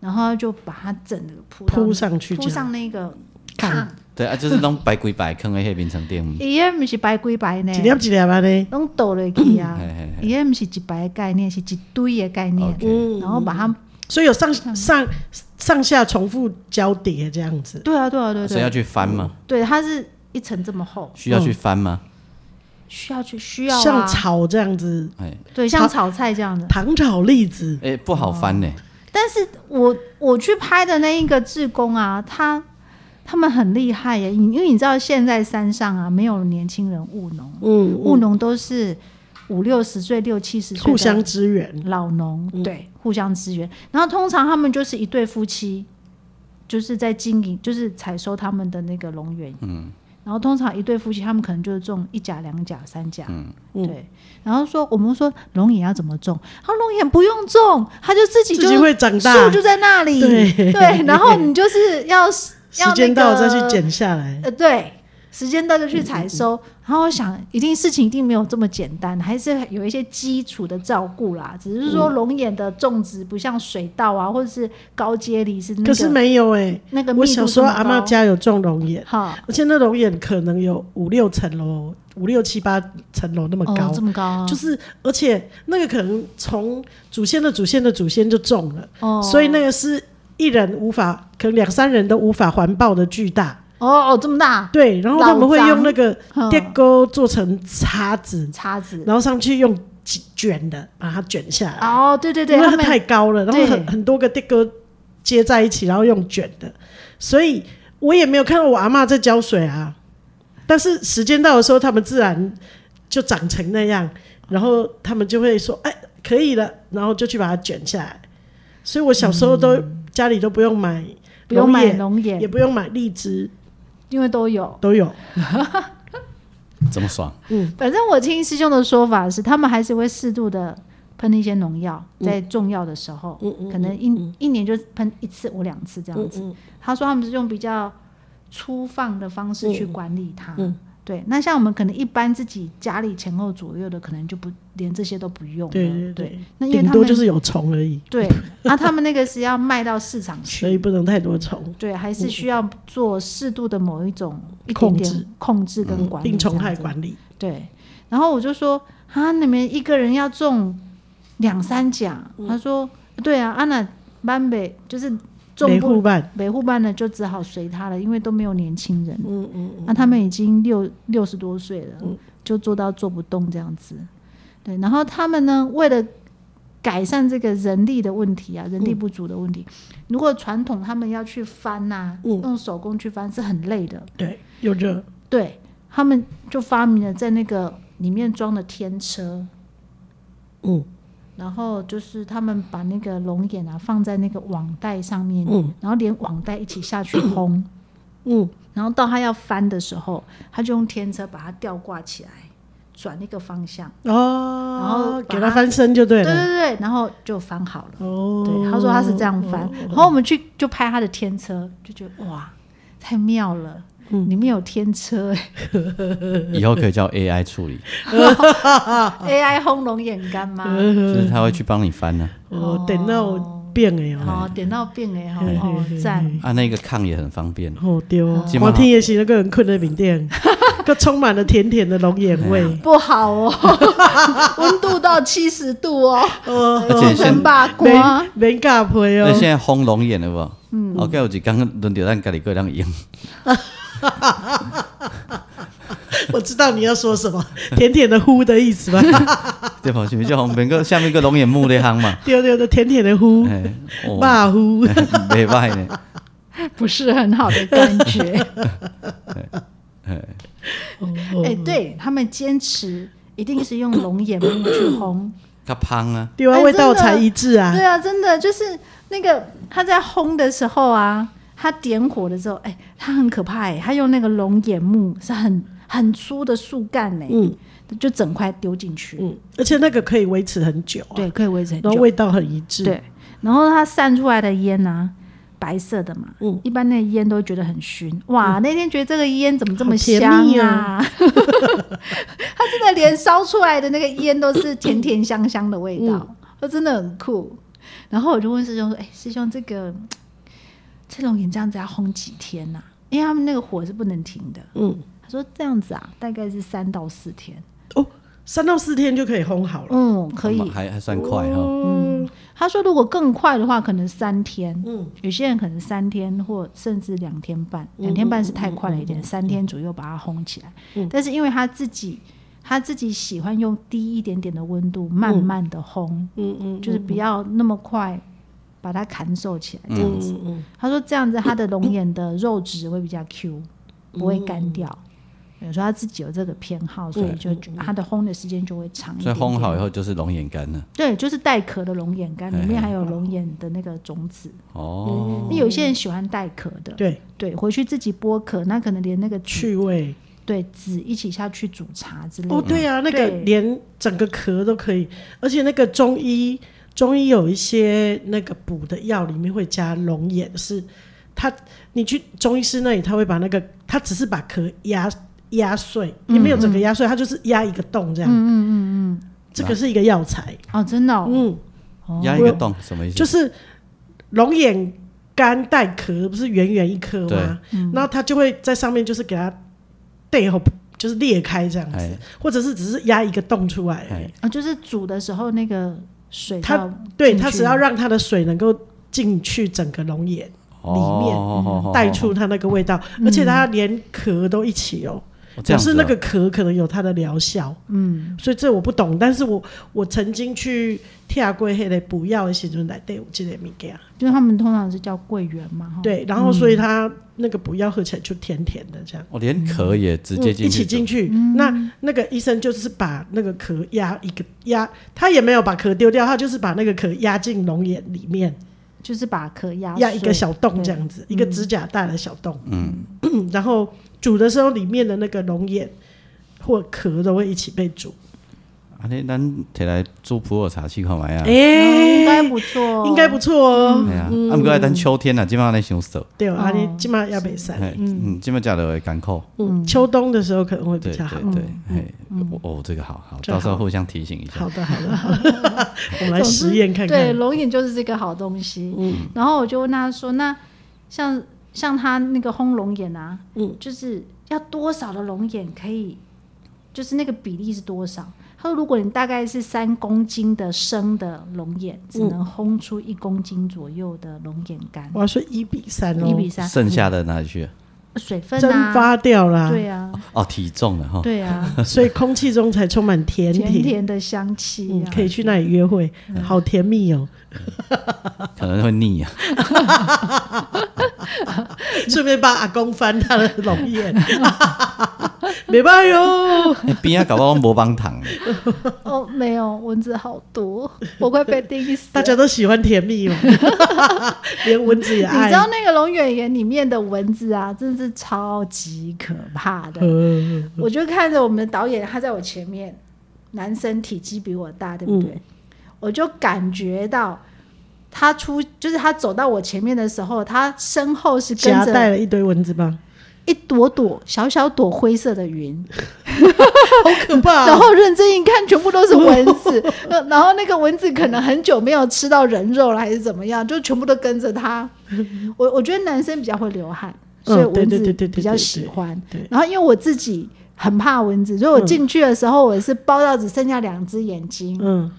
[SPEAKER 3] 然后就把它整个铺到
[SPEAKER 2] 扑上去
[SPEAKER 3] 铺
[SPEAKER 2] 这样，
[SPEAKER 3] 上那个
[SPEAKER 2] 炕
[SPEAKER 3] 炕。
[SPEAKER 1] 对啊，就是用白龟白坑的迄个眠床垫，
[SPEAKER 3] 伊迄毋是白规白呢
[SPEAKER 2] 几，粒几粒啊吧呢？
[SPEAKER 3] 拢倒落去啊
[SPEAKER 1] 嘿嘿。
[SPEAKER 3] 伊迄毋是一排的概念，是一堆的概念
[SPEAKER 1] 嗯 OK
[SPEAKER 3] 然后把它，
[SPEAKER 2] 所以有上上上下重复交叠这样子。
[SPEAKER 3] 对啊，对啊，对啊
[SPEAKER 1] 所以
[SPEAKER 3] 对
[SPEAKER 1] 要
[SPEAKER 3] 啊，
[SPEAKER 1] 去翻吗？
[SPEAKER 3] 对，它是一层这么厚，
[SPEAKER 1] 需要去翻吗？
[SPEAKER 3] 需要去需要
[SPEAKER 2] 像
[SPEAKER 3] 啊，
[SPEAKER 2] 炒这样子，
[SPEAKER 1] 哎
[SPEAKER 3] 对，
[SPEAKER 2] 炒
[SPEAKER 3] 像炒菜这样的。
[SPEAKER 2] 糖炒栗子，
[SPEAKER 1] 哎，不好翻呢，
[SPEAKER 3] 但是我我去拍的那一个志工啊，他他们很厉害耶，因因为你知道现在山上啊没有年轻人务农，
[SPEAKER 2] 嗯，
[SPEAKER 3] 务农都是五六十岁、六七十岁
[SPEAKER 2] 互
[SPEAKER 3] 的
[SPEAKER 2] 相支援。嗯
[SPEAKER 3] 老农，对，互相支援。然后通常他们就是一对夫妻，就是在经营，就是采收他们的那个龙源，嗯。然后通常一对夫妻，他们可能就是种一甲、两甲、三甲，
[SPEAKER 2] 嗯
[SPEAKER 3] 对。然后说我们说龙眼要怎么种，他说龙眼不用种，他就自己
[SPEAKER 2] 自
[SPEAKER 3] 就
[SPEAKER 2] 己会长大
[SPEAKER 3] 树，就在那里，
[SPEAKER 2] 对
[SPEAKER 3] 然后你就是要
[SPEAKER 2] 时间到了再去，
[SPEAKER 3] 要那个
[SPEAKER 2] 剪下来。
[SPEAKER 3] 呃，对，时间到就去采收。然后我想，一定事情一定没有这么简单，还是有一些基础的照顾啦。只
[SPEAKER 2] 嗯
[SPEAKER 3] 是说龙眼的种植不像水稻啊，或者是高阶梨是那个
[SPEAKER 2] 可是没有哎，
[SPEAKER 3] 那个密
[SPEAKER 2] 我
[SPEAKER 3] 度
[SPEAKER 2] 小
[SPEAKER 3] 这
[SPEAKER 2] 时候
[SPEAKER 3] 么
[SPEAKER 2] 阿妈
[SPEAKER 3] 高
[SPEAKER 2] 家有种龙眼，
[SPEAKER 3] 哈
[SPEAKER 2] 而且那龙眼可能有五六层楼，五六七八层楼那么
[SPEAKER 3] 哦
[SPEAKER 2] 高
[SPEAKER 3] 这。么高啊，
[SPEAKER 2] 就是，而且那个可能从祖先的祖先的祖先就种了，
[SPEAKER 3] 哦，
[SPEAKER 2] 所以那个是一人无法，可能两三人都无法环抱的巨大。
[SPEAKER 3] 哦哦这么大
[SPEAKER 2] 对，然后他们会用那个
[SPEAKER 3] 哼
[SPEAKER 2] 电钩做成叉子，
[SPEAKER 3] 叉子
[SPEAKER 2] 然后上去用卷的把它卷下来，
[SPEAKER 3] 哦，对对对，
[SPEAKER 2] 因为
[SPEAKER 3] 他
[SPEAKER 2] 它
[SPEAKER 3] 们
[SPEAKER 2] 太高了，然后
[SPEAKER 3] 对
[SPEAKER 2] 很很多个电钩接在一起，然后用卷的，所以我也没有看到我阿嬷在浇水啊。但是时间到的时候，他们自然就长成那样，然后他们就会说：“哎，可以了。”然后就去把它卷下来。所以我小时候都、
[SPEAKER 3] 嗯
[SPEAKER 2] 家里都不用买
[SPEAKER 3] 不用
[SPEAKER 2] 龙
[SPEAKER 3] 买
[SPEAKER 2] 眼
[SPEAKER 3] 龙
[SPEAKER 2] 也
[SPEAKER 3] 眼，
[SPEAKER 2] 不用买荔枝，
[SPEAKER 3] 因为都有。
[SPEAKER 2] 都有。嗯
[SPEAKER 1] 怎么爽？
[SPEAKER 3] 反正我听师兄的说法是，他们还是会适度的喷一些农药，
[SPEAKER 2] 嗯
[SPEAKER 3] 在种药的时候，可能一、一年就喷一次或两
[SPEAKER 2] 嗯嗯
[SPEAKER 3] 次这样子。他说他们是用比较粗放的方式去管理它，对，那像我们可能一般自己家里前后左右的，可能就不连这些都不用了。
[SPEAKER 2] 对对
[SPEAKER 3] 对
[SPEAKER 2] 对，
[SPEAKER 3] 那因为
[SPEAKER 2] 顶
[SPEAKER 3] 他
[SPEAKER 2] 多
[SPEAKER 3] 们
[SPEAKER 2] 就是有虫而已，
[SPEAKER 3] 对，那、他们那个是要卖到市场
[SPEAKER 2] 所
[SPEAKER 3] 去，
[SPEAKER 2] 以不能太多虫。
[SPEAKER 3] 对，还是需要做适度的某一种一点
[SPEAKER 2] 控
[SPEAKER 3] 点
[SPEAKER 2] 制嗯
[SPEAKER 3] 控制跟管理，
[SPEAKER 2] 病虫害。管理，
[SPEAKER 3] 对，然后我就说啊，你们一个人要种两三甲，他说对啊，安娜班北就是种
[SPEAKER 2] 维
[SPEAKER 3] 不
[SPEAKER 2] 护办，
[SPEAKER 3] 维护班的就只好随他了，因为都没有年轻人。嗯嗯那、他们已经六六十多岁了，就做到做不动这样子。对，然后他们呢，为了改善这个人力的问题啊，人力不足的问题，如果传统他们要去翻呐、
[SPEAKER 2] 嗯
[SPEAKER 3] 用手工去翻是很累的。
[SPEAKER 2] 对，又热，
[SPEAKER 3] 对他们就发明了在那个里面装的天车，
[SPEAKER 2] 嗯
[SPEAKER 3] 然后就是他们把那个龙眼啊放在那个网袋上面，
[SPEAKER 2] 嗯
[SPEAKER 3] 然后连网袋一起下去烘，
[SPEAKER 2] 嗯，
[SPEAKER 3] 然后到他要翻的时候，他就用天车把它吊挂起来，转一个方向，
[SPEAKER 2] 哦，
[SPEAKER 3] 然后把
[SPEAKER 2] 给
[SPEAKER 3] 它
[SPEAKER 2] 它翻身就对
[SPEAKER 3] 对对
[SPEAKER 2] 了。
[SPEAKER 3] 对，然后就翻好了。
[SPEAKER 2] 哦，
[SPEAKER 3] 对，他说他是这样翻，然后我们去就拍他的天车，就觉得哇，太妙了，里面有天车、
[SPEAKER 1] 以后可以叫 AI 处理，
[SPEAKER 3] AI 烘龙眼干吗？
[SPEAKER 2] 嗯
[SPEAKER 1] 就是它会去帮你翻啊呢、
[SPEAKER 2] 哦，等到变哎哦，
[SPEAKER 3] 哦，点到病哎，哦
[SPEAKER 2] 嘿
[SPEAKER 3] 哦
[SPEAKER 2] 嘿嘿
[SPEAKER 3] 赞，
[SPEAKER 1] 啊，那个炕也很方便。
[SPEAKER 2] 好丢哦
[SPEAKER 1] 今晚，
[SPEAKER 2] 我听也行，那个人困在缅 甸，个充满了甜甜的龙眼味。
[SPEAKER 3] 不好哦， 温度到七十度哦，
[SPEAKER 2] 哦，
[SPEAKER 1] 而 且现
[SPEAKER 3] 能把
[SPEAKER 2] 没
[SPEAKER 3] 关。
[SPEAKER 2] 没尬陪
[SPEAKER 1] 哎那
[SPEAKER 2] 哦
[SPEAKER 1] 现，在轰龙眼了不？嗯，我有一刚轮到咱家里个人用，
[SPEAKER 2] 我知道你要说什么，甜甜的呼的意思 吧？
[SPEAKER 1] 对吧？是不是叫红边个下面个龙眼木咧夯嘛？
[SPEAKER 2] 丢丢的甜甜的呼，
[SPEAKER 1] 哎，哦，
[SPEAKER 2] 骂 呼，
[SPEAKER 1] 没歹呢，
[SPEAKER 3] 不是很好的感觉。哎、对他们坚持一定是用龙眼木去烘。
[SPEAKER 1] 较香啊，
[SPEAKER 2] 丢啊，
[SPEAKER 3] 哎
[SPEAKER 2] 味道
[SPEAKER 3] 真的
[SPEAKER 2] 才一致啊
[SPEAKER 3] 对。啊，真的就是那个他在烘的时候啊，他点火的时候，哎、他很可怕哎、他用那个龙眼木是很很粗的树干哎，
[SPEAKER 2] 嗯
[SPEAKER 3] 就整块丢进去，
[SPEAKER 2] 嗯，而且那个可以维持很久啊，
[SPEAKER 3] 对，可以维持很
[SPEAKER 2] 然后
[SPEAKER 3] 久。
[SPEAKER 2] 味道很一致。
[SPEAKER 3] 对，然后它散出来的烟呢、白色的嘛，
[SPEAKER 2] 嗯
[SPEAKER 3] 一般那烟都会觉得很熏。哇，那天觉得这个烟怎么这么
[SPEAKER 2] 好甜
[SPEAKER 3] 香
[SPEAKER 2] 蜜
[SPEAKER 3] 啊？ 它真的连烧出来的那个烟都是甜甜香香的味道，
[SPEAKER 2] 嗯
[SPEAKER 3] 它真的很酷。然后我就问师兄说：“哎、师兄，这个这龙眼这样子要烘几天呐、因为他们那个火是不能停的。
[SPEAKER 2] 嗯，
[SPEAKER 3] 他说这样子啊，大概是三到四天。
[SPEAKER 2] 哦，三到四天就可以烘好了。
[SPEAKER 3] 嗯，可以。
[SPEAKER 1] 还还算快哈。
[SPEAKER 2] 嗯
[SPEAKER 3] 他说如果更快的话，可能三天。
[SPEAKER 2] 嗯
[SPEAKER 3] 有些人可能三天或甚至两天半，两天半是太快了一点，三天左右把它烘起来。
[SPEAKER 2] 嗯
[SPEAKER 3] 但是因为他自己他自己喜欢用低一点点的温度慢慢的烘，
[SPEAKER 2] 嗯嗯，
[SPEAKER 3] 就是不要那么快把它砍瘦起来这样子。
[SPEAKER 2] 嗯嗯
[SPEAKER 3] 他说这样子它的龙眼的肉质会比较 Q，不
[SPEAKER 2] 嗯
[SPEAKER 3] 会干掉。有时候他自己有这个偏好，所以
[SPEAKER 2] 嗯
[SPEAKER 3] 就它的烘的时间就会长一
[SPEAKER 1] 所
[SPEAKER 3] 点
[SPEAKER 1] 以
[SPEAKER 3] 点。
[SPEAKER 1] 烘好以后就是龙眼干了。
[SPEAKER 3] 对，就是带壳的龙眼干，里
[SPEAKER 1] 嘿
[SPEAKER 3] 面
[SPEAKER 1] 嘿
[SPEAKER 3] 还有龙眼的那个种子。
[SPEAKER 1] 哦，
[SPEAKER 3] 那有些人喜欢带壳的，
[SPEAKER 2] 对，
[SPEAKER 3] 对，回去自己剥壳，那可能连那个去
[SPEAKER 2] 趣味。
[SPEAKER 3] 对籽一起下去煮茶之类的。
[SPEAKER 2] 哦，对啊，那个
[SPEAKER 3] 对
[SPEAKER 2] 连整个壳都可以，而且那个中医中医有一些那个补的药里面会加龙眼，是他你去中医师那里，他会把那个他只是把壳压压碎，也没有整个压碎，他就是压一个洞这样。嗯嗯嗯嗯嗯，这个是一个药材，
[SPEAKER 3] 哦，真的哦，
[SPEAKER 2] 嗯，
[SPEAKER 1] 压一个洞什么意思？
[SPEAKER 2] 就是龙眼干带壳不是圆圆一颗吗？然后它就会在上面就是给它对后就是裂开这样子
[SPEAKER 1] 哎，
[SPEAKER 2] 或者是只是压一个洞出来而已。
[SPEAKER 1] 哎，
[SPEAKER 3] 哦就是煮的时候那个水
[SPEAKER 2] 它
[SPEAKER 3] 到
[SPEAKER 2] 对，
[SPEAKER 3] 进
[SPEAKER 2] 它
[SPEAKER 3] 去
[SPEAKER 2] 只要让它的水能够进去整个龙眼，
[SPEAKER 1] 哦面
[SPEAKER 2] 带出它那个味道，而且它连壳都一起哦。
[SPEAKER 1] 这
[SPEAKER 2] 表
[SPEAKER 1] 样
[SPEAKER 2] 示
[SPEAKER 1] 子
[SPEAKER 2] 那
[SPEAKER 1] 啊
[SPEAKER 2] 个壳可能有它的疗效，嗯，所以这我不懂，但是我我曾经去跳过黑的补药的时候来对我这类物件，
[SPEAKER 3] 就是他们通常是叫桂圆嘛，哈，
[SPEAKER 2] 对，然后所以它那个补药喝起来就甜甜的这样，
[SPEAKER 1] 我哦连壳也直接
[SPEAKER 2] 嗯一
[SPEAKER 1] 进去
[SPEAKER 2] 起
[SPEAKER 1] 煮，
[SPEAKER 2] 进去。那那个医生就是把那个壳压一个压，他也没有把壳丢掉，他就是把那个壳压进龙眼里面，
[SPEAKER 3] 就是把壳压
[SPEAKER 2] 压一个
[SPEAKER 3] 碎
[SPEAKER 2] 小洞
[SPEAKER 3] 对嗯
[SPEAKER 2] 这样子，一个指甲大的小洞。嗯， 然后煮的时候里面的那个龙眼或壳都会一起被煮。
[SPEAKER 1] 啊安尼咱摕来做普洱茶试看卖啊。
[SPEAKER 3] 嗯应
[SPEAKER 2] 哎、
[SPEAKER 3] 该不错，
[SPEAKER 2] 应该不错哦。
[SPEAKER 3] 嗯
[SPEAKER 1] 哎呀，啊，毋过爱等秋天啦，即摆咧想熟，
[SPEAKER 2] 对，
[SPEAKER 3] 哦
[SPEAKER 2] 啊，你起码要北山，
[SPEAKER 1] 嘿嗯，即摆食落会艰苦。
[SPEAKER 2] 嗯，秋冬的时候可能会比
[SPEAKER 1] 对
[SPEAKER 2] 较
[SPEAKER 1] 对
[SPEAKER 2] 好。嗯
[SPEAKER 1] 对，嘿，哦，这个好好，
[SPEAKER 2] 这
[SPEAKER 1] 到时候
[SPEAKER 2] 好
[SPEAKER 1] 互相提醒一下。
[SPEAKER 2] 好的，好的，好的， 我们来实验看嗯
[SPEAKER 3] 对，
[SPEAKER 2] 看。
[SPEAKER 3] 龙眼就是这个好东西。然后我就问他说：“那像像他那个烘龙眼啊，
[SPEAKER 2] 嗯
[SPEAKER 3] 就是要多少的龙眼可以，就是那个比例是多少？”他说：“如果你大概是三公斤的生的龙眼，只能烘出一公斤左右的龙眼干，
[SPEAKER 2] 我要说一比三
[SPEAKER 3] 一
[SPEAKER 2] 哦，
[SPEAKER 3] 比三，
[SPEAKER 1] 剩下的哪里去了？
[SPEAKER 3] 水分
[SPEAKER 2] 蒸
[SPEAKER 3] 啊，
[SPEAKER 2] 发掉了，
[SPEAKER 3] 对啊，
[SPEAKER 1] 哦，体重了哈。
[SPEAKER 3] 对啊，
[SPEAKER 2] 所以空气中才充满 甜
[SPEAKER 3] 甜
[SPEAKER 2] 品。
[SPEAKER 3] 甜啊的香气
[SPEAKER 2] 嗯，
[SPEAKER 3] 啊，
[SPEAKER 2] 可以去那里约会，
[SPEAKER 1] 嗯
[SPEAKER 2] 好甜蜜哦！
[SPEAKER 1] 可能会腻啊。
[SPEAKER 2] 顺便帮阿公翻他的龙眼， 没办法哟。
[SPEAKER 1] 那边啊，搞不好无帮糖 呢。
[SPEAKER 3] 哦，没有蚊子好多，我快被叮死了。”
[SPEAKER 2] 大家都喜欢甜蜜哦， 连蚊子也
[SPEAKER 3] 你
[SPEAKER 2] 爱
[SPEAKER 3] 知。道那个龙眼园里面的蚊子啊，真是超级可怕的。
[SPEAKER 2] 呃，
[SPEAKER 3] 我就看着我们的导演，他在我前面，男生体积比我大，对不
[SPEAKER 2] 嗯
[SPEAKER 3] 对？我就感觉到他出，就是他走到我前面的时候，他身后是跟
[SPEAKER 2] 夹带
[SPEAKER 3] 着
[SPEAKER 2] 了一堆蚊子吧，
[SPEAKER 3] 一朵朵小小朵灰色的云，
[SPEAKER 2] 好可怕
[SPEAKER 3] 然
[SPEAKER 2] 哦！
[SPEAKER 3] 后认真一看，全部都是蚊 子。呃然后那个蚊子可能很久没有吃到人肉了，还是怎么样，就全部都跟 着他。我我觉得男生比较会流汗，
[SPEAKER 2] 嗯
[SPEAKER 3] 所以蚊
[SPEAKER 2] 对对对对
[SPEAKER 3] 子
[SPEAKER 2] 对
[SPEAKER 3] 比较喜欢
[SPEAKER 2] 对对对。
[SPEAKER 3] 然后因为我自己很怕蚊子，所以我进去的时候我是包到只剩下两只眼睛。
[SPEAKER 2] 嗯，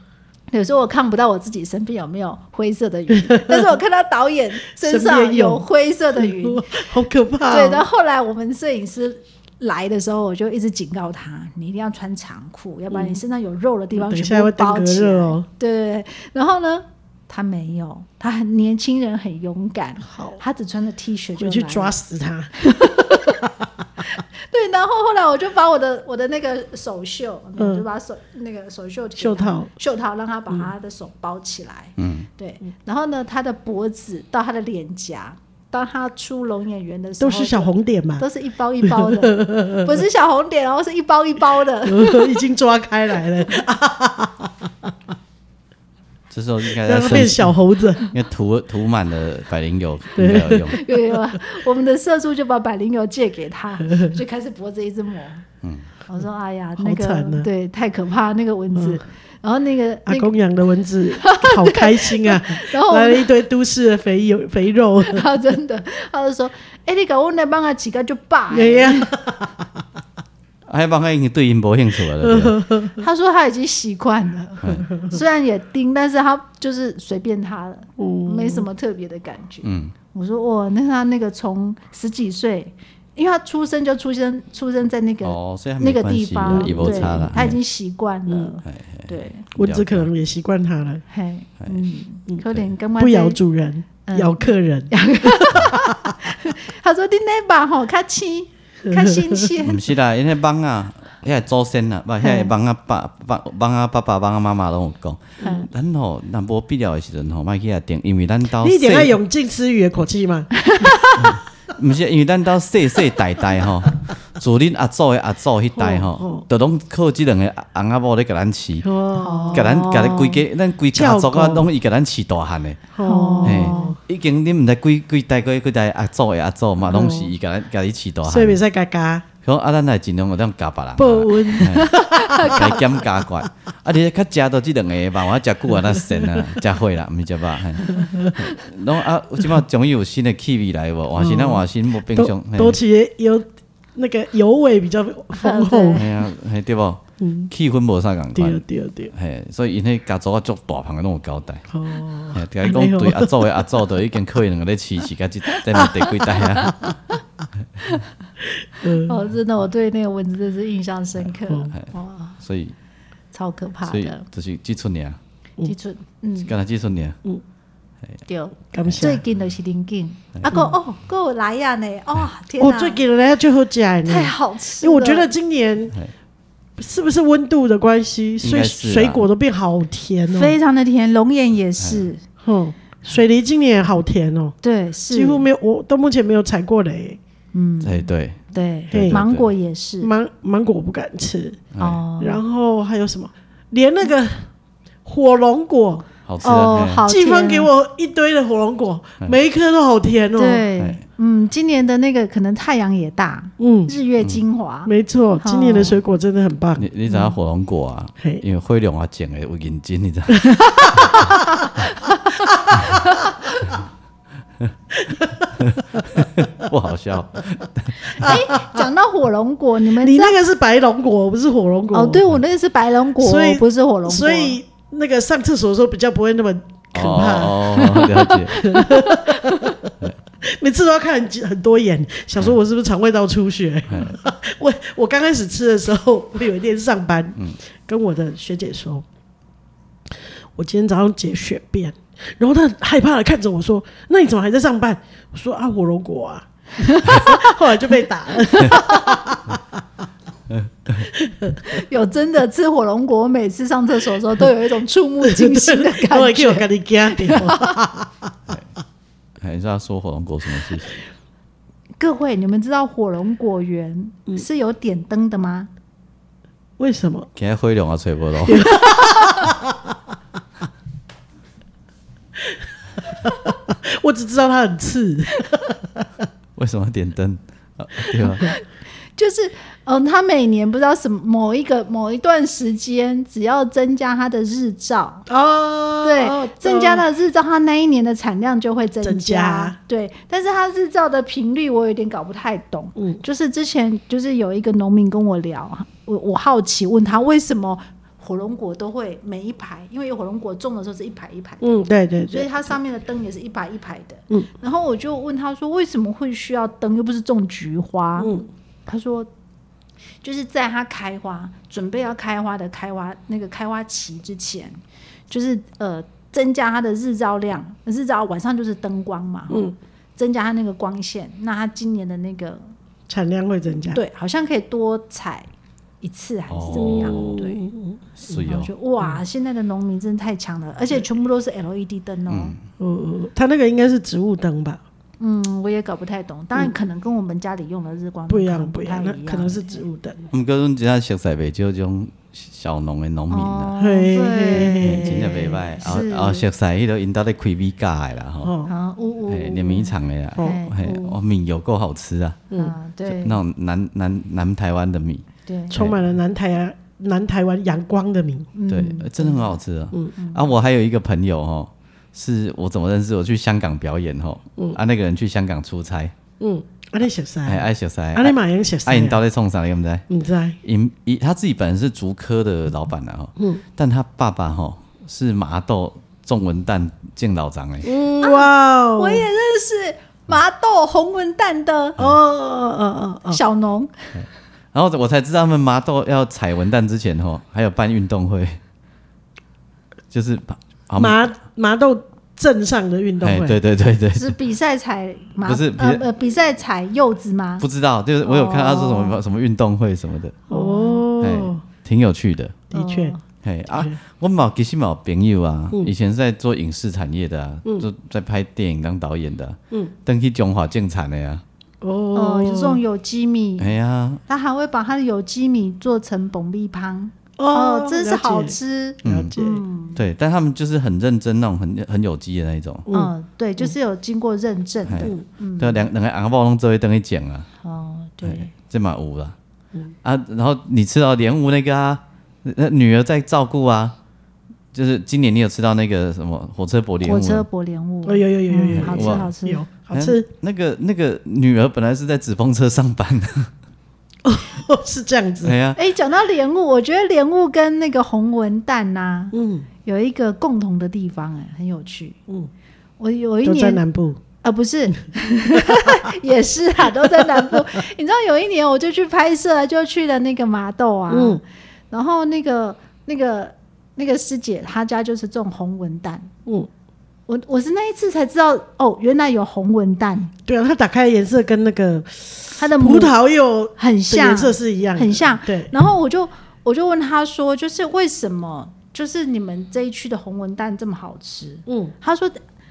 [SPEAKER 3] 有时候我看不到我自己身边有没有灰色的云，但是我看到导演身
[SPEAKER 2] 身边
[SPEAKER 3] 上
[SPEAKER 2] 有
[SPEAKER 3] 有灰色 的云，
[SPEAKER 2] 好可怕
[SPEAKER 3] 对，
[SPEAKER 2] 哦！
[SPEAKER 3] 然后后来我们摄影师来的时候，我就一直警告他，你一定要穿长裤，要不然你身上有肉的地方
[SPEAKER 2] 嗯等一
[SPEAKER 3] 全
[SPEAKER 2] 下
[SPEAKER 3] 部
[SPEAKER 2] 会登
[SPEAKER 3] 包
[SPEAKER 2] 革
[SPEAKER 3] 起来。
[SPEAKER 2] 热哦，
[SPEAKER 3] 对对对，然后呢，他没有，他很年轻人，很勇敢，
[SPEAKER 2] 好
[SPEAKER 3] 他只穿着 T 恤就
[SPEAKER 2] 回去
[SPEAKER 3] 来了
[SPEAKER 2] 抓死它。
[SPEAKER 3] 对，然后后来我就把我的我的那个手袖，
[SPEAKER 2] 嗯
[SPEAKER 3] 就把手那个手袖给他
[SPEAKER 2] 袖套
[SPEAKER 3] 袖套让他把他的手包起来。嗯，对。然后呢，他的脖子到他的脸颊，当他出龙眼圆的时候，
[SPEAKER 2] 都是小红点嘛，
[SPEAKER 3] 都是一包一包 的，不是小红点哦，然后是一包一包的。
[SPEAKER 2] 已经抓开来了，
[SPEAKER 1] 这时候应该
[SPEAKER 2] 让
[SPEAKER 1] 在
[SPEAKER 2] 它
[SPEAKER 1] 身
[SPEAKER 2] 变，小猴子。
[SPEAKER 1] 因为涂涂满了百灵 油应该有用。
[SPEAKER 3] 有有有，我们的社畜就把百灵油借 给他，就开始脖子一直磨。我说哎呀，那
[SPEAKER 2] 好
[SPEAKER 3] 个
[SPEAKER 2] 惨啊嗯
[SPEAKER 3] 对，太可怕，那个蚊子。然后那个
[SPEAKER 2] 阿
[SPEAKER 3] 那 个，
[SPEAKER 2] 公养的蚊子好开心啊，
[SPEAKER 3] 然后我
[SPEAKER 2] 来了
[SPEAKER 3] 们
[SPEAKER 2] 一堆都市的肥油肥肉，
[SPEAKER 3] 他啊真的，他就说：“哎，你搞我来帮他几个就罢。
[SPEAKER 2] 哎呀，
[SPEAKER 1] 还啊帮他已经对因无兴趣了对
[SPEAKER 2] 嗯
[SPEAKER 1] 不对，”
[SPEAKER 3] 他说他已经习惯
[SPEAKER 1] 嗯
[SPEAKER 3] 了，虽然也叮，但是他就是随便他了，没什么特别的感觉。
[SPEAKER 1] 哦嗯，
[SPEAKER 3] 我说哇，那他那个从十几岁，因为他出生就出生出生在那个、
[SPEAKER 1] 哦，所以还
[SPEAKER 3] 那
[SPEAKER 1] 没
[SPEAKER 3] 个
[SPEAKER 1] 关
[SPEAKER 3] 地
[SPEAKER 1] 系
[SPEAKER 3] 方
[SPEAKER 1] 啊，，也无
[SPEAKER 3] 对
[SPEAKER 1] 差啦，嗯
[SPEAKER 3] 他已经习惯了，
[SPEAKER 1] 嘿
[SPEAKER 3] 对，
[SPEAKER 2] 蚊子可能也习惯它了，
[SPEAKER 3] 嘿，嗯，可怜干嘛
[SPEAKER 2] 不咬主人，
[SPEAKER 3] 嗯
[SPEAKER 2] 咬客人。
[SPEAKER 3] 他说你那把吼较轻，较新
[SPEAKER 1] 唔
[SPEAKER 3] 鲜，
[SPEAKER 1] 是啦，因为帮啊，迄个祖先啦，不，迄个帮啊爸、帮帮啊爸爸、帮啊妈妈拢有讲，咱吼若无必要的时阵吼，莫去遐订，因为咱
[SPEAKER 3] 哦
[SPEAKER 1] 到
[SPEAKER 2] 你一定要用尽思语的口气嘛，
[SPEAKER 1] 毋是，因为咱 到世世代代吼，自恁阿祖的阿祖迄代吼，都拢靠即两个翁仔某咧甲咱饲，
[SPEAKER 2] 哦，
[SPEAKER 1] 甲咱甲咱规家，咱规家族啊，拢伊甲咱饲大汉的。嘿
[SPEAKER 2] 哦，，
[SPEAKER 1] 已经恁毋知几几代几几代阿祖的阿祖嘛，拢是伊甲咱甲伊饲大
[SPEAKER 2] 哦所以
[SPEAKER 1] 汉
[SPEAKER 2] 别
[SPEAKER 1] 的。
[SPEAKER 2] 再嘎嘎
[SPEAKER 1] 可啊，咱来尽量有当教别人啊。
[SPEAKER 2] 报温，
[SPEAKER 1] 来减加 怪，啊！你较食到即两个吧，我食久啊，那神啊，食火啦，毋是食肉。嘿拢啊，即摆终于有新的气味来无？换新啊，换新无冰
[SPEAKER 2] 都
[SPEAKER 1] 箱。嘿
[SPEAKER 2] 都其实有那个油味比较丰厚，
[SPEAKER 1] 嘿啊，嘿对无？气氛无啥共
[SPEAKER 2] 嗯对
[SPEAKER 1] 款，
[SPEAKER 2] 对对，
[SPEAKER 1] 嘿，所以因迄家族啊足大旁个拢有交代。
[SPEAKER 2] 哦，
[SPEAKER 1] 嘿甲伊讲对阿祖的阿祖都已经靠伊两个咧饲饲甲即在嘛第几代啊？
[SPEAKER 3] 哦，真的，我对那个蚊子真是印象深刻，哇，
[SPEAKER 1] 所以
[SPEAKER 3] 超可怕
[SPEAKER 1] 嗯所以哦
[SPEAKER 3] 的，
[SPEAKER 1] 就是即出啊尔，
[SPEAKER 3] 记住，嗯，
[SPEAKER 1] 敢若即出啊尔。
[SPEAKER 3] 对。
[SPEAKER 2] 感谢
[SPEAKER 3] 最。近就是临近，啊个哦，个有来呀呢，哦天
[SPEAKER 2] 嗯哦，
[SPEAKER 3] 哪，
[SPEAKER 2] 最近人家最后加呢
[SPEAKER 3] 太，好吃
[SPEAKER 2] 因
[SPEAKER 3] 了，
[SPEAKER 2] 为我觉得今年
[SPEAKER 1] 嘿
[SPEAKER 2] 是不是温度的关系，
[SPEAKER 1] 应
[SPEAKER 2] 所以
[SPEAKER 1] 该是啊
[SPEAKER 2] 水果都变好甜哦。
[SPEAKER 3] 非常的甜，龙眼也是，
[SPEAKER 2] 嗯哼，水梨今年也好甜哦，
[SPEAKER 3] 对，是
[SPEAKER 2] 几乎没有，我到目前没有踩过雷。嗯
[SPEAKER 1] 哎对，
[SPEAKER 3] 对
[SPEAKER 2] 对，嗯
[SPEAKER 3] 芒果也是
[SPEAKER 2] 芒芒果我不敢吃，
[SPEAKER 3] 哦，
[SPEAKER 2] 哎然后还有什么？连那个火龙果，
[SPEAKER 1] 好吃
[SPEAKER 3] 哦
[SPEAKER 1] 啊，嘿
[SPEAKER 3] 好
[SPEAKER 2] 季芳
[SPEAKER 3] 甜
[SPEAKER 2] 给我一堆的火龙果，
[SPEAKER 1] 嗯
[SPEAKER 2] 每一颗都好甜哦。
[SPEAKER 3] 对
[SPEAKER 1] 哎，
[SPEAKER 3] 嗯，今年的那个可能太阳也大，
[SPEAKER 2] 嗯，
[SPEAKER 3] 日月精华，
[SPEAKER 2] 没错，今年的水果真的很棒。
[SPEAKER 1] 你你知道火龙果啊？
[SPEAKER 2] 嘿，
[SPEAKER 1] 因为灰龙啊，捡的有眼睛，你知 道？ 不好笑，
[SPEAKER 3] 啊讲到火 龙果，你们
[SPEAKER 2] 你
[SPEAKER 3] 知道
[SPEAKER 2] 那个是白龙果，不是火龙果
[SPEAKER 3] 哦，对，我那个是白龙果
[SPEAKER 2] 所以，
[SPEAKER 3] 不是火龙果，
[SPEAKER 2] 所以那个上厕所的时候比较不会那么可怕。
[SPEAKER 1] 哦，哦了解。
[SPEAKER 2] 每次都要看很几很多眼，想
[SPEAKER 3] 嗯
[SPEAKER 2] 说我是不是肠胃道出血？ 我我刚开始吃的时候，我有一天上班，
[SPEAKER 3] 嗯
[SPEAKER 2] 跟我的学姐说，我今天早上解血便，然后她很害怕的看着我说：“那你怎么还在上班？”我说：“啊，火龙果 啊。”后来就被打了。
[SPEAKER 3] 有真的吃火龙果，我每次上厕所的时候都有一种触目惊心 的
[SPEAKER 2] 然后我
[SPEAKER 3] 感
[SPEAKER 2] 给我
[SPEAKER 3] 觉。
[SPEAKER 2] 赶紧加点，
[SPEAKER 1] 哎你知道说火龙果什么事情？
[SPEAKER 3] 各位，你们知道火龙果园是有点灯的吗？
[SPEAKER 2] 为什么？
[SPEAKER 1] 今天灰龙啊，吹不到。
[SPEAKER 2] 我只知道它很刺。
[SPEAKER 1] 为什么要点灯？啊对 吧？
[SPEAKER 3] 就是，嗯，它每年不知道什么某一个某一段时间，只要增加它的日照，
[SPEAKER 2] 哦，
[SPEAKER 3] 对，增加了日照，它那一年的产量就会增
[SPEAKER 2] 增加
[SPEAKER 3] 对，但是它日照的频率我有点搞不太懂。嗯，就是之前就是有一个农民跟我聊，我我好奇问他为什么火龙果都会每一排，因为有火龙果种的时候是一排一排，
[SPEAKER 2] 嗯，对对
[SPEAKER 3] 所以
[SPEAKER 2] 对，
[SPEAKER 3] 它上面的灯也是一排一排的。嗯，然后我就问他说为什么会需要灯，又不是种菊花？
[SPEAKER 2] 嗯
[SPEAKER 3] 他说。就是在它开花，准备要开花的开花那个开花期之前，就是呃增加它的日照量，日照晚上就是灯光嘛，
[SPEAKER 2] 嗯，
[SPEAKER 3] 增加它那个光线，那它今年的那个
[SPEAKER 2] 产量会增加。
[SPEAKER 3] 对，好像可以多采一次还是怎么样？
[SPEAKER 1] 哦
[SPEAKER 3] 对，
[SPEAKER 1] 是
[SPEAKER 3] 然后
[SPEAKER 1] 哦
[SPEAKER 3] 我，觉得哇，现在的农民真的太强了，而且全部都是 LED 灯哦。
[SPEAKER 2] 嗯，它那个应该是植物灯吧？
[SPEAKER 3] 嗯，我也搞不太懂，当然可能跟我们家里用的日
[SPEAKER 2] 嗯
[SPEAKER 3] 光
[SPEAKER 2] 不一
[SPEAKER 3] 嗯可能
[SPEAKER 2] 样，
[SPEAKER 3] 不
[SPEAKER 2] 不一
[SPEAKER 3] 太
[SPEAKER 2] 样，
[SPEAKER 3] 一
[SPEAKER 2] 那
[SPEAKER 3] 样，
[SPEAKER 2] 可能是植物灯。
[SPEAKER 1] 我们哥阮真正熟悉袂少这种小农的农民
[SPEAKER 3] 哦，
[SPEAKER 1] 啊，
[SPEAKER 2] 嘿
[SPEAKER 1] 嘿
[SPEAKER 3] 对，
[SPEAKER 1] 真正袂歹。啊
[SPEAKER 3] 是
[SPEAKER 1] 啊，熟悉迄个因兜咧开米架的啦吼，
[SPEAKER 2] 哦，
[SPEAKER 3] 啊，呜呜，
[SPEAKER 1] 嘿，碾米厂的啦，
[SPEAKER 3] 哦
[SPEAKER 1] 嘿，哦米有够好吃啊，
[SPEAKER 3] 啊，对
[SPEAKER 1] 那种南南南台湾的米，
[SPEAKER 3] 对，
[SPEAKER 2] 充满了南台啊南台湾阳光的名。
[SPEAKER 3] 嗯
[SPEAKER 1] 对，呃真的很好吃啊。啊，我还有一个朋友哦，是我怎么认识？我去香港表演吼，
[SPEAKER 3] 嗯
[SPEAKER 1] 啊，那个人去香港出差，
[SPEAKER 2] 嗯，阿你熟悉，
[SPEAKER 1] 哎，
[SPEAKER 2] 阿
[SPEAKER 1] 爱熟悉，
[SPEAKER 2] 你
[SPEAKER 1] 啊，
[SPEAKER 2] 马英熟悉
[SPEAKER 1] 啊，，因兜咧创啥你毋知？
[SPEAKER 2] 你知？
[SPEAKER 1] 因因他自己本身是竹科的老板啊，嗯，但他爸爸吼是麻豆种文旦敬老长欸诶，
[SPEAKER 2] 嗯，哇哦，
[SPEAKER 3] 我也认识麻豆红文蛋
[SPEAKER 1] 嗯
[SPEAKER 3] 的
[SPEAKER 2] 哦哦哦哦，
[SPEAKER 3] 小 农，
[SPEAKER 1] 然后我才知道他们麻豆要采文旦之前吼，还有办运动会，就是把
[SPEAKER 2] 哦，麻麻豆镇上的运动
[SPEAKER 1] 啊哎，
[SPEAKER 2] 会，
[SPEAKER 1] 对对对对，
[SPEAKER 3] 是比赛采麻，
[SPEAKER 1] 不是
[SPEAKER 3] 呃
[SPEAKER 1] 比
[SPEAKER 3] 呃比赛采柚子吗？
[SPEAKER 1] 不知道，就是我有看他说什么、什么运动会什么的，
[SPEAKER 2] 哦，嗯
[SPEAKER 1] 哎，挺有趣的。
[SPEAKER 2] 的确，
[SPEAKER 1] 嘿啊，我冇其实冇朋友啊，
[SPEAKER 2] 嗯
[SPEAKER 1] 以前是在做影视产业的啊，就在拍电影当导演的、啊，嗯，登去中华建产的呀、
[SPEAKER 3] 哦，
[SPEAKER 2] 哦，
[SPEAKER 3] 就是这种有机米
[SPEAKER 2] 嗯
[SPEAKER 1] 啊，，哎呀，
[SPEAKER 3] 他还会把他的有机米做成蹦米汤，哦
[SPEAKER 2] 哦，，
[SPEAKER 3] 真是好
[SPEAKER 2] 了解，
[SPEAKER 3] 吃。
[SPEAKER 1] 嗯
[SPEAKER 3] 嗯
[SPEAKER 2] 了解，
[SPEAKER 1] 对，但他们就是很认真那种很很有机的那一种，
[SPEAKER 3] 嗯，对，就是有经过认证
[SPEAKER 1] 哎
[SPEAKER 3] 的。，
[SPEAKER 1] 对啊，两两个阿伯拢做一登去剪啊，
[SPEAKER 3] 嗯哦，对，嗯
[SPEAKER 1] 这嘛有啦，啊，然后你吃到莲雾那个啊，那那女儿在照顾啊，就是今年你有吃到那个什么火车柏莲雾
[SPEAKER 3] 火
[SPEAKER 1] 吗？
[SPEAKER 3] 车柏莲雾，
[SPEAKER 2] 哦，有有有有有
[SPEAKER 3] 嗯好吃
[SPEAKER 1] 哇嗯
[SPEAKER 3] 好吃。
[SPEAKER 2] 有好吃，
[SPEAKER 1] 那个那个女儿本来是在纸风车上班的，
[SPEAKER 2] 哦，是这样子
[SPEAKER 1] 哎，呀，
[SPEAKER 3] 哎，讲到莲雾，我觉得莲雾跟那个红文蛋呐，
[SPEAKER 2] 嗯，
[SPEAKER 3] 有一个共同的地方，哎，很有趣。
[SPEAKER 2] 嗯，
[SPEAKER 3] 我有一
[SPEAKER 2] 都在
[SPEAKER 3] 年
[SPEAKER 2] 南部，
[SPEAKER 3] 啊，不是， 也是啊， 都在南部。你知道有一年我就去拍摄，就去了那个麻豆啊，
[SPEAKER 2] 嗯
[SPEAKER 3] 然后那个那个那个师姐她家就是种红文蛋，
[SPEAKER 2] 嗯，
[SPEAKER 3] 我我是那一次才知道哦，原来有红文蛋，
[SPEAKER 2] 对啊，它打开的颜色跟那个
[SPEAKER 3] 它的
[SPEAKER 2] 葡
[SPEAKER 3] 母
[SPEAKER 2] 萄柚
[SPEAKER 3] 很
[SPEAKER 2] 的
[SPEAKER 3] 像
[SPEAKER 2] 颜，色是一样的，
[SPEAKER 3] 很像。
[SPEAKER 2] 对，
[SPEAKER 3] 然后我就我就问她说，就是为什么就是你们这一区的红文蛋这么好吃？
[SPEAKER 2] 嗯
[SPEAKER 3] 她说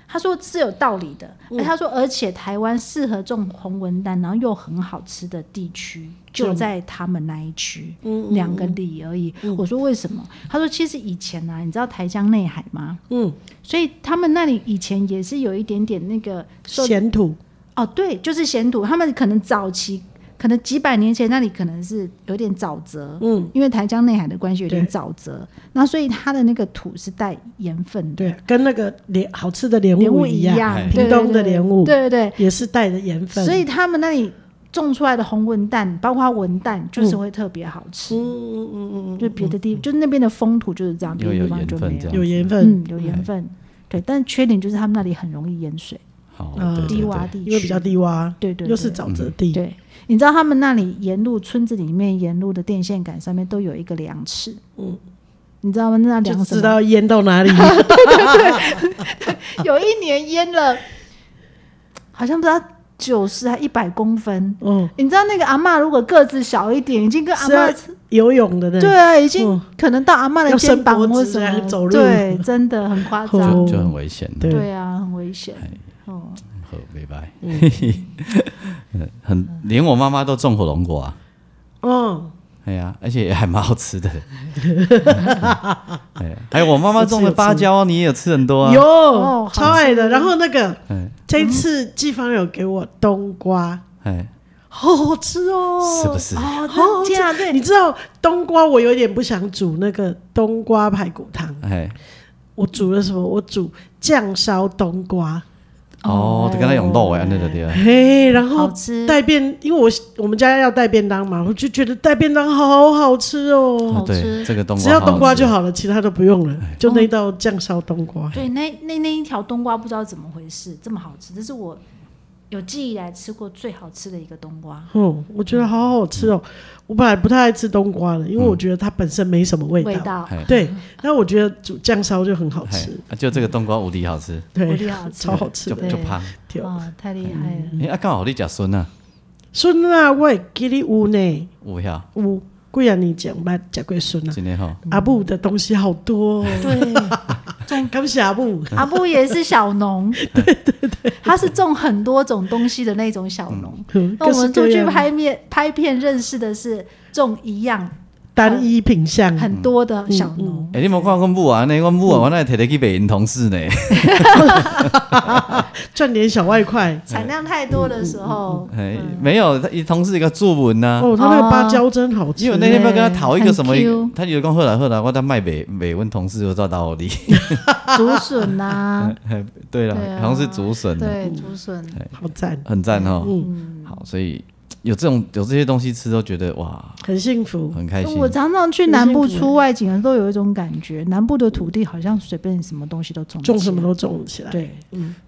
[SPEAKER 3] 他说是有道理的，哎、他说而且台湾适合种红文蛋，然后又很好吃的地区就在他们那一区，
[SPEAKER 2] 嗯
[SPEAKER 3] 两个里而已。我说为什么？他说其实以前啊，你知道台江内海吗？
[SPEAKER 2] 嗯，
[SPEAKER 3] 所以他们那里以前也是有一点点那个受
[SPEAKER 2] 咸土，
[SPEAKER 3] 哦，对，就是咸土，他们可能早期。可能几百年前那里可能是有点沼泽，
[SPEAKER 2] 嗯，
[SPEAKER 3] 因为台江内海的关系有点
[SPEAKER 2] 对
[SPEAKER 3] 沼泽，那所以它的那个土是带盐分的，
[SPEAKER 2] 对，跟那个莲好吃的莲
[SPEAKER 3] 莲雾
[SPEAKER 2] 雾
[SPEAKER 3] 一
[SPEAKER 2] 样，
[SPEAKER 1] 哎
[SPEAKER 3] 对
[SPEAKER 2] 屏东的莲雾
[SPEAKER 3] 对对对，
[SPEAKER 2] 也是带着盐分，
[SPEAKER 3] 所以他们那里种出来的红文蛋，包括文蛋，就是会特别好吃。
[SPEAKER 2] 嗯嗯嗯
[SPEAKER 3] 就别的地，就那边的风土就是这样，别的地
[SPEAKER 1] 又有
[SPEAKER 3] 方
[SPEAKER 1] 盐
[SPEAKER 3] 就没
[SPEAKER 1] 分这
[SPEAKER 2] 嗯，
[SPEAKER 3] 有
[SPEAKER 1] 样，哎
[SPEAKER 2] 有盐分，
[SPEAKER 3] 嗯，有盐分。对，但缺点就是他们那里很容易淹水，
[SPEAKER 1] 好，
[SPEAKER 2] 嗯
[SPEAKER 1] 对对
[SPEAKER 3] 低
[SPEAKER 1] 对
[SPEAKER 3] 洼地区，
[SPEAKER 2] 因为比较低洼，
[SPEAKER 3] 对对，对
[SPEAKER 2] 又是沼泽地，
[SPEAKER 3] 对，你知道他们那里沿路村子里面沿路的电线杆上面都有一个量尺，
[SPEAKER 2] 嗯
[SPEAKER 3] 你知道吗？那
[SPEAKER 2] 就
[SPEAKER 3] 量什
[SPEAKER 2] 知
[SPEAKER 3] 么？
[SPEAKER 2] 道淹到哪里。
[SPEAKER 3] 有一年淹了，好像不知道九十还一百公分。
[SPEAKER 2] 嗯，
[SPEAKER 3] 你知道那个阿嬷如果个子小一点，已经跟阿
[SPEAKER 2] 是啊要
[SPEAKER 3] 嬷
[SPEAKER 2] 游泳的呢，
[SPEAKER 3] 对啊，已经
[SPEAKER 2] 嗯
[SPEAKER 3] 可能到阿嬷的
[SPEAKER 2] 要
[SPEAKER 3] 肩
[SPEAKER 2] 伸
[SPEAKER 3] 膀
[SPEAKER 2] 脖
[SPEAKER 3] 或
[SPEAKER 2] 子
[SPEAKER 3] 什
[SPEAKER 2] 啊
[SPEAKER 3] 么，
[SPEAKER 2] 走路
[SPEAKER 3] 对，真的很夸
[SPEAKER 2] 哦
[SPEAKER 3] 张。
[SPEAKER 1] 就就很危险了，
[SPEAKER 2] 对
[SPEAKER 3] 对啊，很危险。
[SPEAKER 2] 哎
[SPEAKER 3] 哦，
[SPEAKER 1] 好，拜拜。 嗯很连我妈妈都种火龙果啊，
[SPEAKER 2] 嗯，
[SPEAKER 1] 哎呀，而且还蛮好 吃的。哎呀，还有我妈妈种的芭蕉，你也有吃很多啊。
[SPEAKER 2] 有
[SPEAKER 3] 哦
[SPEAKER 2] 超爱的。然后那个
[SPEAKER 1] 哎
[SPEAKER 2] 这一次季芳有给我冬瓜，
[SPEAKER 1] 哎，
[SPEAKER 2] 好好吃哦，
[SPEAKER 1] 是不是？
[SPEAKER 3] 哦，
[SPEAKER 2] 好好
[SPEAKER 3] 这
[SPEAKER 2] 吃
[SPEAKER 3] 样对，
[SPEAKER 2] 你知道冬瓜，我有点不想煮那个冬瓜排骨汤。
[SPEAKER 1] 哎，
[SPEAKER 2] 我煮了什么？我煮酱烧冬瓜，
[SPEAKER 1] 哦，就跟他用肉哎，那个对啊。
[SPEAKER 2] 嘿，然
[SPEAKER 3] 好
[SPEAKER 2] 后
[SPEAKER 3] 吃，
[SPEAKER 2] 带便，因为我我们家要带便当嘛，我就觉得带便当好好吃哦，
[SPEAKER 1] 哦
[SPEAKER 3] 好吃
[SPEAKER 1] 对，这个冬瓜
[SPEAKER 2] 只要冬瓜就
[SPEAKER 1] 好
[SPEAKER 2] 好了，其他都不用了，就那道酱烧冬瓜。
[SPEAKER 3] 对，那那那一条冬瓜不知道怎么回事，这么好吃，这是我有记忆以来吃过最好吃的一个冬瓜，
[SPEAKER 2] 嗯，我觉得好好吃哦。我本来不太爱吃冬瓜的，因为我觉得它本身没什么嗯味道。
[SPEAKER 3] 味道
[SPEAKER 1] 哎
[SPEAKER 2] 对，但我觉得煮酱烧就很好
[SPEAKER 1] 好
[SPEAKER 2] 吃
[SPEAKER 1] 吃，，哎啊就这个冬瓜无敌好吃，
[SPEAKER 3] 我
[SPEAKER 2] 对，
[SPEAKER 3] 觉得好吃
[SPEAKER 2] 超好吃
[SPEAKER 1] 就
[SPEAKER 2] 的。
[SPEAKER 1] 就胖。
[SPEAKER 2] 对
[SPEAKER 3] 哇，太厉害了。
[SPEAKER 1] 哎，啊，刚好你讲孙啊，
[SPEAKER 2] 孙啊，我会记你有呢，
[SPEAKER 1] 有呀，
[SPEAKER 2] 有。贵啊，你讲捌食过孙啊？
[SPEAKER 3] 嗯
[SPEAKER 1] 今天吼，
[SPEAKER 2] 阿布的东西好 多、哦，
[SPEAKER 3] 对，
[SPEAKER 2] 感谢阿布。
[SPEAKER 3] 阿布也是小农， 对对对，嗯他是种很多种东西的那种小农。那
[SPEAKER 2] 那
[SPEAKER 3] 我们出
[SPEAKER 2] 啊
[SPEAKER 3] 去拍面拍片认识的是种一样
[SPEAKER 2] 单一品相，
[SPEAKER 3] 很多的小农，
[SPEAKER 1] 哎，你有看阮母啊？那阮母
[SPEAKER 2] 嗯
[SPEAKER 1] 啊，我那摕摕去卖因同 事呢。
[SPEAKER 2] 赚点小外快。
[SPEAKER 3] 产量太多的时候，
[SPEAKER 1] 哎，没有，他同事一个作文
[SPEAKER 3] 啊
[SPEAKER 1] 呐。
[SPEAKER 2] 哦，他那个芭蕉真好吃。
[SPEAKER 1] 因为我那天要跟他讨一个什么
[SPEAKER 3] 很 Q，
[SPEAKER 1] 他有讲后来后来我在卖美美文同事，我在到你。
[SPEAKER 3] 竹笋呐，
[SPEAKER 1] 对了，
[SPEAKER 3] 对啊
[SPEAKER 1] 好像是竹笋啊，
[SPEAKER 3] 对，竹笋，
[SPEAKER 2] 好赞，
[SPEAKER 1] 很赞哦。
[SPEAKER 3] 嗯，
[SPEAKER 1] 好，所以有这种有这些东西吃都觉得哇，
[SPEAKER 2] 很幸福。
[SPEAKER 1] 很开心
[SPEAKER 3] 我。常常去南部出外景的时候，都有一种感觉，南部的土地好像随便什么东西都种
[SPEAKER 2] 种什么
[SPEAKER 3] 都
[SPEAKER 2] 都种起来，
[SPEAKER 3] 对，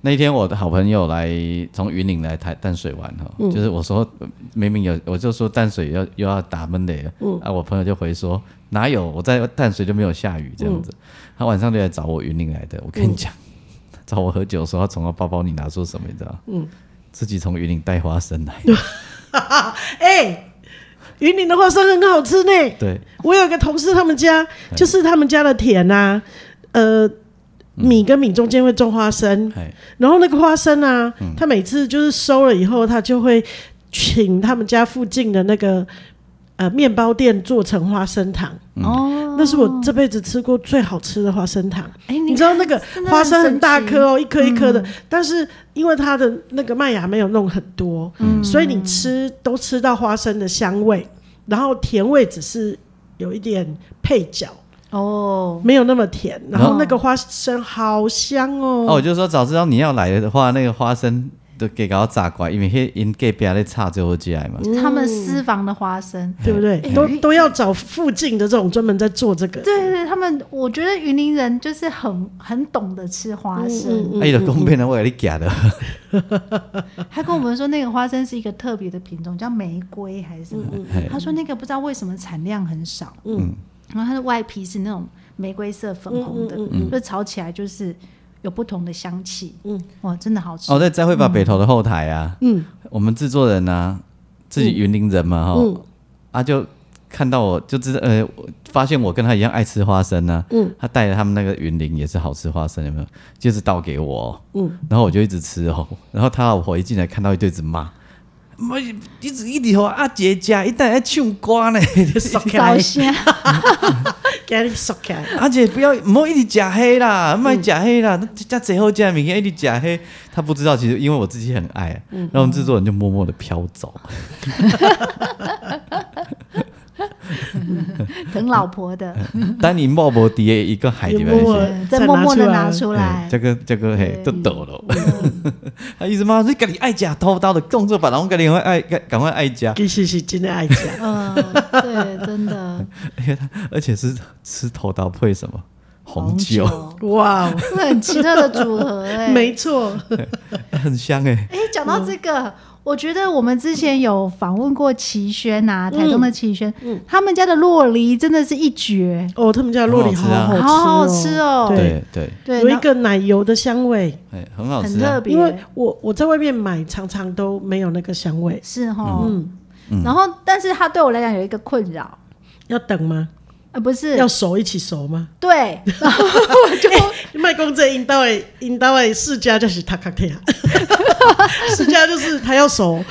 [SPEAKER 1] 那一天我的好朋友来从云林来台淡水玩哈、就是我说呃明明有，我就说淡水要又要打闷雷了，啊，我朋友就回说哪有，我在淡水就没有下雨这样子，他晚上就来找我云林来的，我跟你讲，找我喝酒的时候，他从他包包里拿出什么，你知道？嗯，自己从云林带花生来，
[SPEAKER 2] 哎，云林的花生很好吃呢。
[SPEAKER 1] 对，
[SPEAKER 2] 我有一个同事，他们家
[SPEAKER 3] 嗯
[SPEAKER 2] 就是他们家的田呐、啊，呃，米跟米中间会种花生，
[SPEAKER 1] 哎，
[SPEAKER 2] 然后那个花生啊，他每次就是收了以后，他就会请他们家附近的那个呃面包店做成花生糖，
[SPEAKER 1] 嗯
[SPEAKER 3] 哦，
[SPEAKER 2] 那是我这辈子吃过最好吃的花生糖。
[SPEAKER 3] 哎，
[SPEAKER 2] 嗯你知道那个
[SPEAKER 3] 真的
[SPEAKER 2] 花生很大
[SPEAKER 3] 神奇
[SPEAKER 2] 颗哦，一颗一颗的，但是因为它的那个麦芽没有弄很多，所以你吃都吃到花生的香味，然后甜味只是有一点配角，
[SPEAKER 3] 哦，
[SPEAKER 2] 没有那么甜。然
[SPEAKER 3] 哦
[SPEAKER 2] 后那个花生好香哦，
[SPEAKER 1] 哦，我就说早知道你要来的话，那个花生都给搞炸拐，因为那因隔壁在插最后进来嘛，
[SPEAKER 3] 他们私房的花生，
[SPEAKER 2] 对不
[SPEAKER 3] 哎
[SPEAKER 2] 对？都都要找附近的这种专门在做这个。
[SPEAKER 3] 对对，他们我觉得云林人就是很很懂得吃花
[SPEAKER 2] 嗯
[SPEAKER 3] 生，
[SPEAKER 1] 哎，就公平的我给你夹的，
[SPEAKER 3] 他跟我们说那个花生是一个特别的品种，叫玫瑰还是什么，
[SPEAKER 1] 哎
[SPEAKER 3] 他说那个不知道为什么产量很少，嗯，然后它的外皮是那种玫瑰色粉红的，就炒起来就是有不同的香气，嗯，哇，真的好吃，
[SPEAKER 1] 哦，在再会吧北投的后嗯嗯台啊，嗯，我们制作人啊，自己云林人嘛哈，啊就看到我就知道，呃，我发现我跟他一样爱吃花生呢、嗯，他带了他们那个云林也是好吃花生，有没有？就是倒给我、哦，嗯，然后我就一直吃哦，然后他老婆一进来看到一堆子骂，妈，一直一直和阿杰家一旦爱唱歌呢，
[SPEAKER 2] 缩起
[SPEAKER 3] 烧
[SPEAKER 2] 来，
[SPEAKER 3] 香，
[SPEAKER 2] 给你缩起来，
[SPEAKER 1] 阿姐不要，莫一直食黑啦，莫食黑啦，那加最后加明天一直食黑，他不知道，其实因为我自己很爱、然后我们制作人就默默的飘走，
[SPEAKER 3] 疼老婆的，
[SPEAKER 1] 丹尼莫伯迪的一个海里面
[SPEAKER 2] 有默默。
[SPEAKER 1] 是
[SPEAKER 3] 对
[SPEAKER 2] 再拿
[SPEAKER 3] 再默默的
[SPEAKER 2] 出来
[SPEAKER 3] 拿出来
[SPEAKER 1] 这。个这个嘿，都
[SPEAKER 3] 对
[SPEAKER 1] 抖了。 他意思嘛，你赶紧爱家偷刀的动作吧，然后赶紧赶快爱赶赶快爱家，
[SPEAKER 2] 其实是真的爱吃。啊
[SPEAKER 3] 嗯，对，真的
[SPEAKER 1] 而且是吃头刀配什么红酒，
[SPEAKER 2] 哇，
[SPEAKER 3] 这很奇特的组合哎、
[SPEAKER 2] 没错，
[SPEAKER 1] 很香哎、
[SPEAKER 3] 哎，讲到这个，我觉得我们之前有访问过齐轩啊，台中的齐轩，他们家的洛梨真的是一绝，
[SPEAKER 2] 哦，他们家的洛梨
[SPEAKER 1] 很好吃
[SPEAKER 2] 好
[SPEAKER 1] 啊
[SPEAKER 2] 好吃
[SPEAKER 3] 好好吃哦
[SPEAKER 2] 对，
[SPEAKER 1] 对对，
[SPEAKER 3] 对，
[SPEAKER 2] 有一
[SPEAKER 3] 然后
[SPEAKER 2] 个奶油的香味，
[SPEAKER 1] 哎，很好
[SPEAKER 3] 很
[SPEAKER 1] 吃
[SPEAKER 3] 特
[SPEAKER 1] 啊。
[SPEAKER 3] 别，
[SPEAKER 2] 因为我我在外面买常常都没有那个香味，
[SPEAKER 3] 是哈，
[SPEAKER 1] 嗯
[SPEAKER 2] 嗯
[SPEAKER 3] 然后但是它对我来讲有一个困扰，
[SPEAKER 2] 要等吗？
[SPEAKER 3] 呃，不是
[SPEAKER 2] 要熟一起熟吗？
[SPEAKER 3] 对，然后我就
[SPEAKER 2] 卖公这引导的引导的世家就是塔卡 克啊，世家就是它要熟，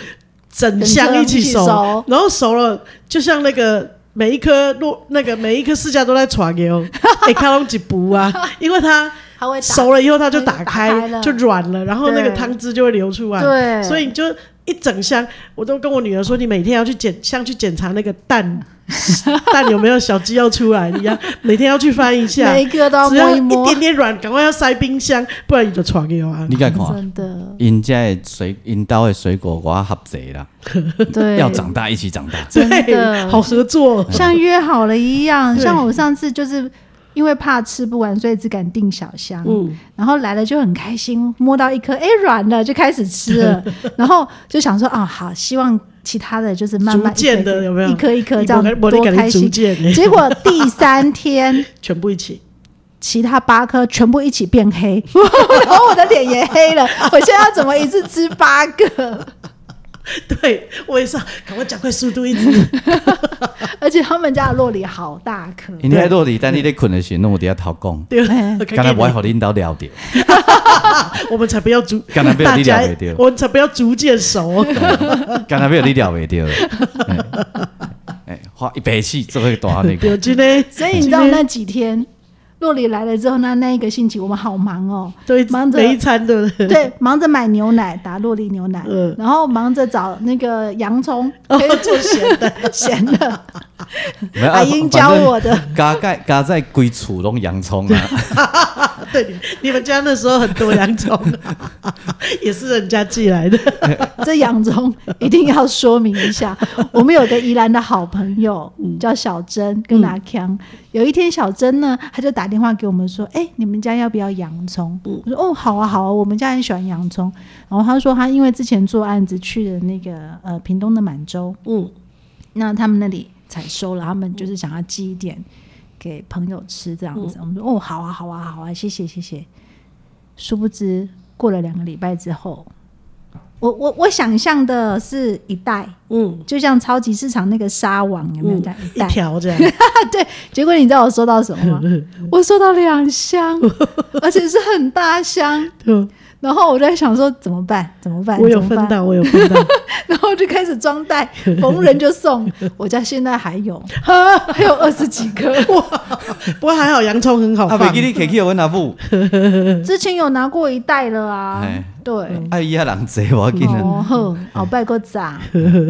[SPEAKER 2] 整箱一起熟，
[SPEAKER 3] 整箱一起熟
[SPEAKER 2] 然后熟了就像那个。每一颗落那个每一颗世家都在传给 哦，哎，看拢几补啊，因为它
[SPEAKER 3] 它会打
[SPEAKER 2] 熟了以后它就打
[SPEAKER 3] 打
[SPEAKER 2] 开
[SPEAKER 3] 开了
[SPEAKER 2] 就软了，然后那个
[SPEAKER 3] 对
[SPEAKER 2] 汤汁就会流出来，
[SPEAKER 3] 对
[SPEAKER 2] 所以你就一整箱，我都跟我女儿说，你每天要去检像去检查那个蛋 蛋有没有小鸡要出来一样，每天要去翻一下，
[SPEAKER 3] 每一个都要
[SPEAKER 2] 只
[SPEAKER 3] 摸
[SPEAKER 2] 要
[SPEAKER 3] 一摸，
[SPEAKER 2] 点点软，赶快要塞冰箱，不然你就传给我啊
[SPEAKER 1] 你。敢看？
[SPEAKER 3] 真 的，
[SPEAKER 1] 因家的水，因家的水果我合贼啦，
[SPEAKER 3] 对，
[SPEAKER 1] 要长大一起长大。
[SPEAKER 3] 真的
[SPEAKER 2] 对，好合作，
[SPEAKER 3] 像约好了一样，
[SPEAKER 2] 对
[SPEAKER 3] 像我上次就是因为怕吃不完，所以只敢订小箱。
[SPEAKER 2] 嗯，
[SPEAKER 3] 然后来了就很开心，摸到一颗，哎，软了就开始吃 了，然后就想说，啊，好，希望其他的就是慢慢
[SPEAKER 2] 逐渐的
[SPEAKER 3] 一颗一
[SPEAKER 2] 有没有
[SPEAKER 3] 颗一颗一颗这
[SPEAKER 2] 我
[SPEAKER 3] 样
[SPEAKER 2] 我
[SPEAKER 3] 多
[SPEAKER 2] 给
[SPEAKER 3] 开
[SPEAKER 2] 你逐
[SPEAKER 3] 心。
[SPEAKER 2] 渐欸，
[SPEAKER 3] 结果第三天，
[SPEAKER 2] 全部一起，
[SPEAKER 3] 其他八颗全部一起变 黑，然后我的脸也黑了。我现在要怎么一次吃八个？
[SPEAKER 2] 对我也是啊，赶快加快速度，一
[SPEAKER 1] 嗯
[SPEAKER 2] 直
[SPEAKER 3] 而且他们家的洛梨好大颗，
[SPEAKER 2] 嗯
[SPEAKER 1] 因家落地，但你在困的时候，我底下偷讲，
[SPEAKER 2] 对
[SPEAKER 3] 哎，
[SPEAKER 2] 赶
[SPEAKER 1] 刚
[SPEAKER 2] 快
[SPEAKER 1] 才不会和领导聊 掉，
[SPEAKER 2] 我们才不要逐，
[SPEAKER 1] 刚才被
[SPEAKER 2] 大
[SPEAKER 1] 你
[SPEAKER 2] 家
[SPEAKER 1] 聊没到
[SPEAKER 2] 我们才不要逐渐熟，
[SPEAKER 1] 刚才被你聊袂掉。 哎哎，花一百起做个大那
[SPEAKER 2] 有
[SPEAKER 1] 个，
[SPEAKER 2] 今天
[SPEAKER 3] 所以你知道那几天洛里来了之后，那那一个星期我们好忙哦，
[SPEAKER 2] 对
[SPEAKER 3] 忙着
[SPEAKER 2] 每一餐对不对？
[SPEAKER 3] 对，忙着买牛奶打洛丽牛奶，
[SPEAKER 2] 嗯
[SPEAKER 3] 然后忙着找那个洋葱，
[SPEAKER 2] 哦
[SPEAKER 3] 可以
[SPEAKER 2] 做咸的，
[SPEAKER 3] 咸的，
[SPEAKER 1] 没有啊
[SPEAKER 3] 阿英教我的，
[SPEAKER 1] 加盖加在规厝拢洋葱 啊，
[SPEAKER 2] 对，你你们家那时候很多洋葱， 也是人家寄来的，
[SPEAKER 3] 这洋葱一定要说明一下。我们有个宜兰的好朋友叫小珍，跟阿强。有一天，小珍呢，她就打电话给我们说：“哎、你们家要不要洋葱？”我说：“哦，好啊，好啊，我们家很喜欢洋葱。”然后她说，她因为之前做案子去的那个呃屏东的满洲，
[SPEAKER 2] 嗯，
[SPEAKER 3] 那他们那里采收了，他们就是想要寄一点给朋友吃这样
[SPEAKER 2] 嗯
[SPEAKER 3] 子。我们说哦，好啊，好啊，好啊，谢谢，谢谢。殊不知过了两个礼拜之后，我我我想象的是一袋，
[SPEAKER 2] 嗯，
[SPEAKER 3] 就像超级市场那个沙网有没有
[SPEAKER 2] 嗯
[SPEAKER 3] 这样一
[SPEAKER 2] 一
[SPEAKER 3] 袋？
[SPEAKER 2] 条这样，
[SPEAKER 3] 对，结果你知道我收到 什么吗？我收到两箱， 而且是很大箱。
[SPEAKER 2] 对
[SPEAKER 3] 然后我在想说怎么办？怎么办？
[SPEAKER 2] 我有
[SPEAKER 3] 怎么办
[SPEAKER 2] 分到，我有分到，
[SPEAKER 3] 然后就开始装袋，逢人就送。我家现在还有，还有二十几颗。
[SPEAKER 2] 不过还好洋葱很好
[SPEAKER 1] 啊，
[SPEAKER 2] 放
[SPEAKER 1] 袂记，你客去阮阿 母，
[SPEAKER 3] 之前有拿过一袋了啊
[SPEAKER 1] 哎，
[SPEAKER 3] 对。
[SPEAKER 1] 啊伊遐人济无要紧啊，
[SPEAKER 3] 哦呵，好拜个咋？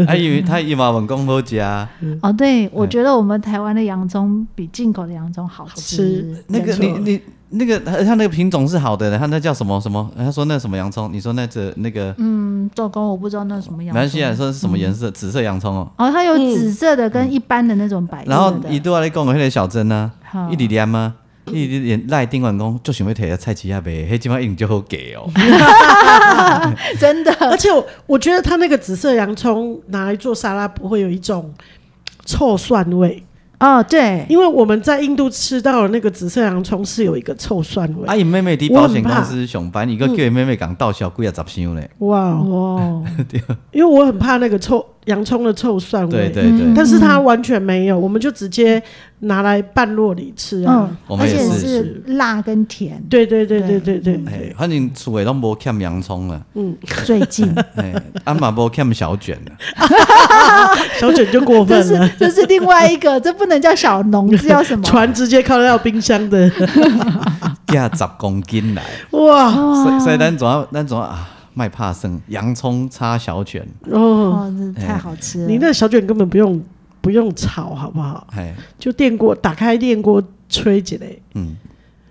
[SPEAKER 1] 啊因为他伊嘛问讲好食，
[SPEAKER 3] 哦，
[SPEAKER 1] 嗯
[SPEAKER 3] 对，我觉得我们台湾的洋葱比进口的洋葱好吃
[SPEAKER 2] 吃。
[SPEAKER 1] 那个你
[SPEAKER 3] 没错
[SPEAKER 1] 你那个他他那个品种是好的，他那叫什么什么？他说那什么洋葱？你说那只那个
[SPEAKER 3] 嗯，糟糕，我不知道那什么
[SPEAKER 1] 马
[SPEAKER 3] 洋
[SPEAKER 1] 来西亚
[SPEAKER 3] 葱。
[SPEAKER 1] 说是什么颜色？紫色洋葱哦。
[SPEAKER 3] 哦，它有紫色的跟一般的那种白色的。
[SPEAKER 1] 然后伊对我咧讲的迄个小珍啊
[SPEAKER 3] 好，
[SPEAKER 1] 伊伫念啊，伊伫念赖顶员讲，就想要摕个菜市啊卖，迄即摆用就好价哦。
[SPEAKER 3] 真的
[SPEAKER 2] 而且我我觉得它那个紫色洋葱拿来做沙拉不会有一种臭蒜味，
[SPEAKER 3] 哦，对，
[SPEAKER 2] 因为我们在印度吃到的那个紫色洋葱是有一个臭蒜味
[SPEAKER 1] 啊，。
[SPEAKER 3] 哎
[SPEAKER 1] 伊妹妹伫保险公司上班，伊
[SPEAKER 3] 嗯
[SPEAKER 1] 个叫伊妹妹讲倒销几啊十箱咧。
[SPEAKER 2] 哇，哦
[SPEAKER 3] 哇，
[SPEAKER 2] 因为我很怕那个臭洋葱的臭蒜味，
[SPEAKER 3] 嗯
[SPEAKER 1] 对对对，
[SPEAKER 2] 但是它完全没有，我们就直接拿来拌洛里吃啊。
[SPEAKER 3] 嗯，
[SPEAKER 1] 我
[SPEAKER 3] 而
[SPEAKER 1] 们
[SPEAKER 3] 且
[SPEAKER 1] 也是
[SPEAKER 3] 是辣跟甜，
[SPEAKER 2] 对对对对对对，
[SPEAKER 1] 哎，反正厝的拢无欠洋葱了，
[SPEAKER 3] 最近
[SPEAKER 1] 哎，啊嘛无欠小卷了，
[SPEAKER 2] 小卷就过
[SPEAKER 3] 这
[SPEAKER 2] 分了
[SPEAKER 3] 是。嗯这是另外 一个，这不能叫小农，这叫什么？
[SPEAKER 2] 船直接靠到冰箱 的，
[SPEAKER 1] 加十公斤来，
[SPEAKER 2] 哇
[SPEAKER 1] 所以所以咱总要咱总要啊，卖怕生洋葱插小卷，
[SPEAKER 2] 哦！
[SPEAKER 3] 哦，这太好吃了。
[SPEAKER 2] 你那小卷根本不用不用炒，好不好？
[SPEAKER 1] 哎，
[SPEAKER 2] 就电锅打开电锅吹起来，
[SPEAKER 1] 嗯，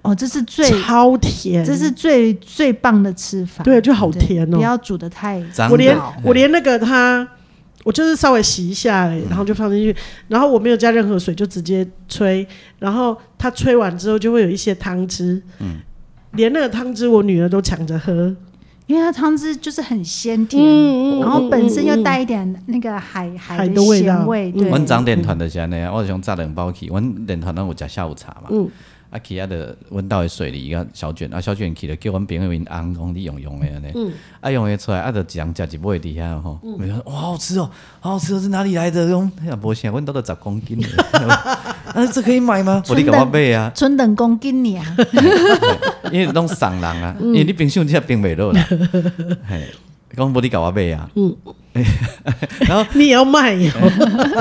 [SPEAKER 3] 哦，这是最
[SPEAKER 2] 超甜，
[SPEAKER 3] 这是最最棒的吃法。
[SPEAKER 2] 对，就好甜
[SPEAKER 3] 不
[SPEAKER 2] 哦。
[SPEAKER 3] 要煮的太
[SPEAKER 1] 长
[SPEAKER 2] 我连
[SPEAKER 1] 老
[SPEAKER 2] 我连那个它，我就是稍微洗一下而已，
[SPEAKER 1] 嗯
[SPEAKER 2] 然后就放进去，然后我没有加任何水，就直接吹，然后它吹完之后就会有一些汤汁，
[SPEAKER 1] 嗯
[SPEAKER 2] 连那个汤汁我女儿都抢着喝，
[SPEAKER 3] 因为它汤汁就是很鲜甜，
[SPEAKER 2] 嗯
[SPEAKER 3] 然后本身又带一点那个海、海
[SPEAKER 2] 海的味道
[SPEAKER 3] 咸味，
[SPEAKER 2] 嗯
[SPEAKER 3] 对，
[SPEAKER 1] 阮长练团就是安尼啊，我想炸两包去，阮练团咱有食下午茶嘛，啊去啊着阮兜的水里甲小卷，啊小卷去了叫阮朋友因翁讲你用用的安尼，啊用的出来啊着一人食一尾伫遐吼，每人哇好好吃哦，好好吃哦，是哪里来的？讲哎呀无啥，阮兜都十公斤的， 啊这可以买吗？无你甲我买啊，
[SPEAKER 3] 春冷公斤你啊，
[SPEAKER 1] 因为拢送人啊，因为你冰箱这冰袂落啦， 嘿，讲无你甲我买啊，
[SPEAKER 2] 你也要卖哟，
[SPEAKER 1] 哦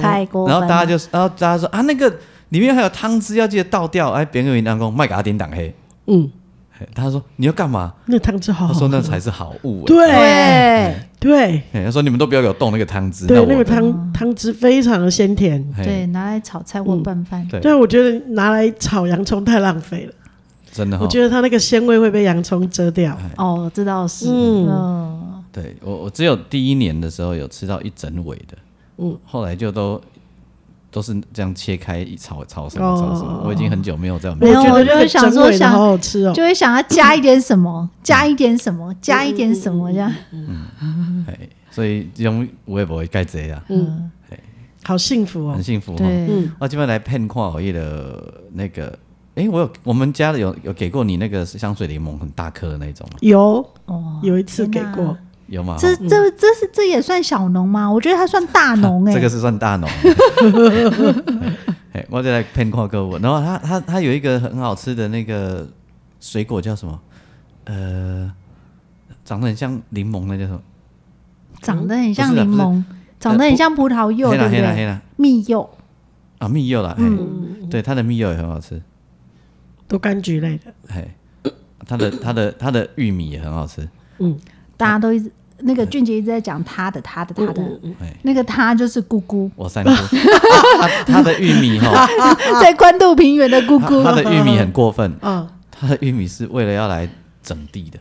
[SPEAKER 3] 太过分了。
[SPEAKER 1] 然后大家就，然后大家说啊，那个里面还有汤汁，要记得倒掉。哎，别人有人讲卖给他点档黑，
[SPEAKER 2] 嗯，
[SPEAKER 1] 嘿他说你要干嘛？
[SPEAKER 2] 那汤汁好
[SPEAKER 1] 他
[SPEAKER 2] 好
[SPEAKER 1] 说
[SPEAKER 2] 喝，
[SPEAKER 1] 那才是好 物。哎
[SPEAKER 2] 对
[SPEAKER 3] 对
[SPEAKER 2] 对
[SPEAKER 1] 嘿他说你们都不要给我动那个汤汁，
[SPEAKER 2] 对，
[SPEAKER 1] 我
[SPEAKER 2] 那个
[SPEAKER 1] 的
[SPEAKER 2] 汤汤汁非常的鲜甜。
[SPEAKER 1] 嘿
[SPEAKER 3] 对，拿来炒菜或
[SPEAKER 2] 嗯
[SPEAKER 3] 拌饭。
[SPEAKER 1] 哎对
[SPEAKER 2] 对，我觉得拿来炒洋葱太浪费了，
[SPEAKER 1] 真的
[SPEAKER 2] 我
[SPEAKER 1] 哈。
[SPEAKER 2] 觉得它那个鲜味会被洋葱遮掉。
[SPEAKER 1] 嗯
[SPEAKER 3] 哦，这倒是，
[SPEAKER 2] 嗯，
[SPEAKER 3] 嗯，
[SPEAKER 1] 对我我只有第一年的时候有吃到一整尾的，嗯，后来就都都是这样切开一炒炒什么炒什么
[SPEAKER 2] 哦，
[SPEAKER 1] 我已经很久没有这样
[SPEAKER 2] 我
[SPEAKER 3] 没有
[SPEAKER 2] 觉
[SPEAKER 3] 我
[SPEAKER 2] 得
[SPEAKER 3] 就
[SPEAKER 2] 那个
[SPEAKER 3] 想
[SPEAKER 2] 整
[SPEAKER 3] 说
[SPEAKER 2] 尾的
[SPEAKER 3] 想
[SPEAKER 2] 好好吃
[SPEAKER 1] 嗯
[SPEAKER 2] 哦。
[SPEAKER 3] 就会想要加一点什么，加一点什么，加一点什
[SPEAKER 1] 嗯
[SPEAKER 3] 么这样。
[SPEAKER 1] 嘿所以这种我也不会盖这啊，
[SPEAKER 2] 嗯，好幸福哦
[SPEAKER 1] 很。幸福哈。
[SPEAKER 3] 对，
[SPEAKER 2] 嗯，
[SPEAKER 1] 我这边哦来骗看我一的那个，诶，我有我们家的有有给过你那个香水柠檬很大颗的那种吗？
[SPEAKER 2] 有
[SPEAKER 3] 哦，
[SPEAKER 2] 有一次给
[SPEAKER 3] 天哪
[SPEAKER 2] 过，
[SPEAKER 1] 有吗？
[SPEAKER 3] 这这这是这也算小农吗？我觉得它算大农哎。
[SPEAKER 1] 这个是算大农。哎，我就来骗看各位，然后它它它有一个很好吃的那个水果叫什么？呃，长得很像柠檬的叫什么？
[SPEAKER 3] 长得很像
[SPEAKER 1] 不是啊
[SPEAKER 3] 柠檬，长得很像葡萄柚，
[SPEAKER 1] 黑
[SPEAKER 3] 对
[SPEAKER 1] 啦
[SPEAKER 3] 不
[SPEAKER 1] 黑啦黑
[SPEAKER 3] 对？
[SPEAKER 1] 啦
[SPEAKER 3] 蜜柚，
[SPEAKER 1] 啊，蜜柚啦，嘿对，它的蜜柚也很好吃，
[SPEAKER 2] 都柑橘类的。
[SPEAKER 1] 嘿，它的它的它的玉米也很好吃，
[SPEAKER 3] 大家都一直那个俊杰一直在讲他的他的他的，
[SPEAKER 1] 哎，
[SPEAKER 3] 那个他就是姑姑，
[SPEAKER 1] 我三姑， 啊它的玉米哈。
[SPEAKER 3] 在关渡平原的姑姑
[SPEAKER 1] 啊他他的玉米很过分，
[SPEAKER 2] 嗯，
[SPEAKER 1] 他的玉米是为了要来整地的，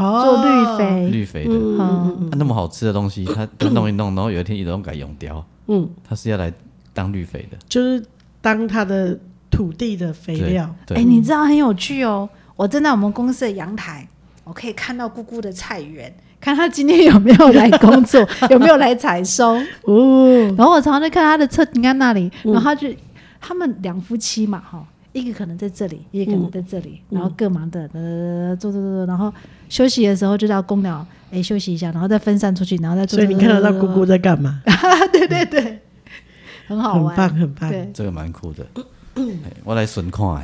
[SPEAKER 2] 哦
[SPEAKER 3] 做绿肥，
[SPEAKER 1] 绿肥的，
[SPEAKER 3] 哎嗯，
[SPEAKER 1] 啊那么好吃的东西，他他弄一弄，然后有一天一直都改用掉，嗯，他是要来当绿肥的，
[SPEAKER 2] 就是当它的土地的肥
[SPEAKER 1] 对
[SPEAKER 2] 料。
[SPEAKER 3] 哎，
[SPEAKER 1] 对，
[SPEAKER 3] 你知道很有趣哦，我站在我们公司的阳台，我可以看到姑姑的菜园。看她今天有没有来工作， 有没有来采收。
[SPEAKER 2] 哦，
[SPEAKER 3] 然后我常常在看她的车停在那里，然后她就他们两夫妻嘛，哈，一个可能在这里，一
[SPEAKER 2] 嗯
[SPEAKER 3] 个可能在这里，然后各忙的，呃，做做做做，然后休息的时候就到公寮，哎，休息一下，然后再分散出去，然后再做。
[SPEAKER 2] 所以你看得到姑姑
[SPEAKER 3] 的，
[SPEAKER 2] 在干 嘛？
[SPEAKER 3] 对对对，很好
[SPEAKER 2] 很
[SPEAKER 3] 玩，
[SPEAKER 2] 棒，很棒。
[SPEAKER 3] 对，
[SPEAKER 1] 这个蛮酷的，哎我来顺看的，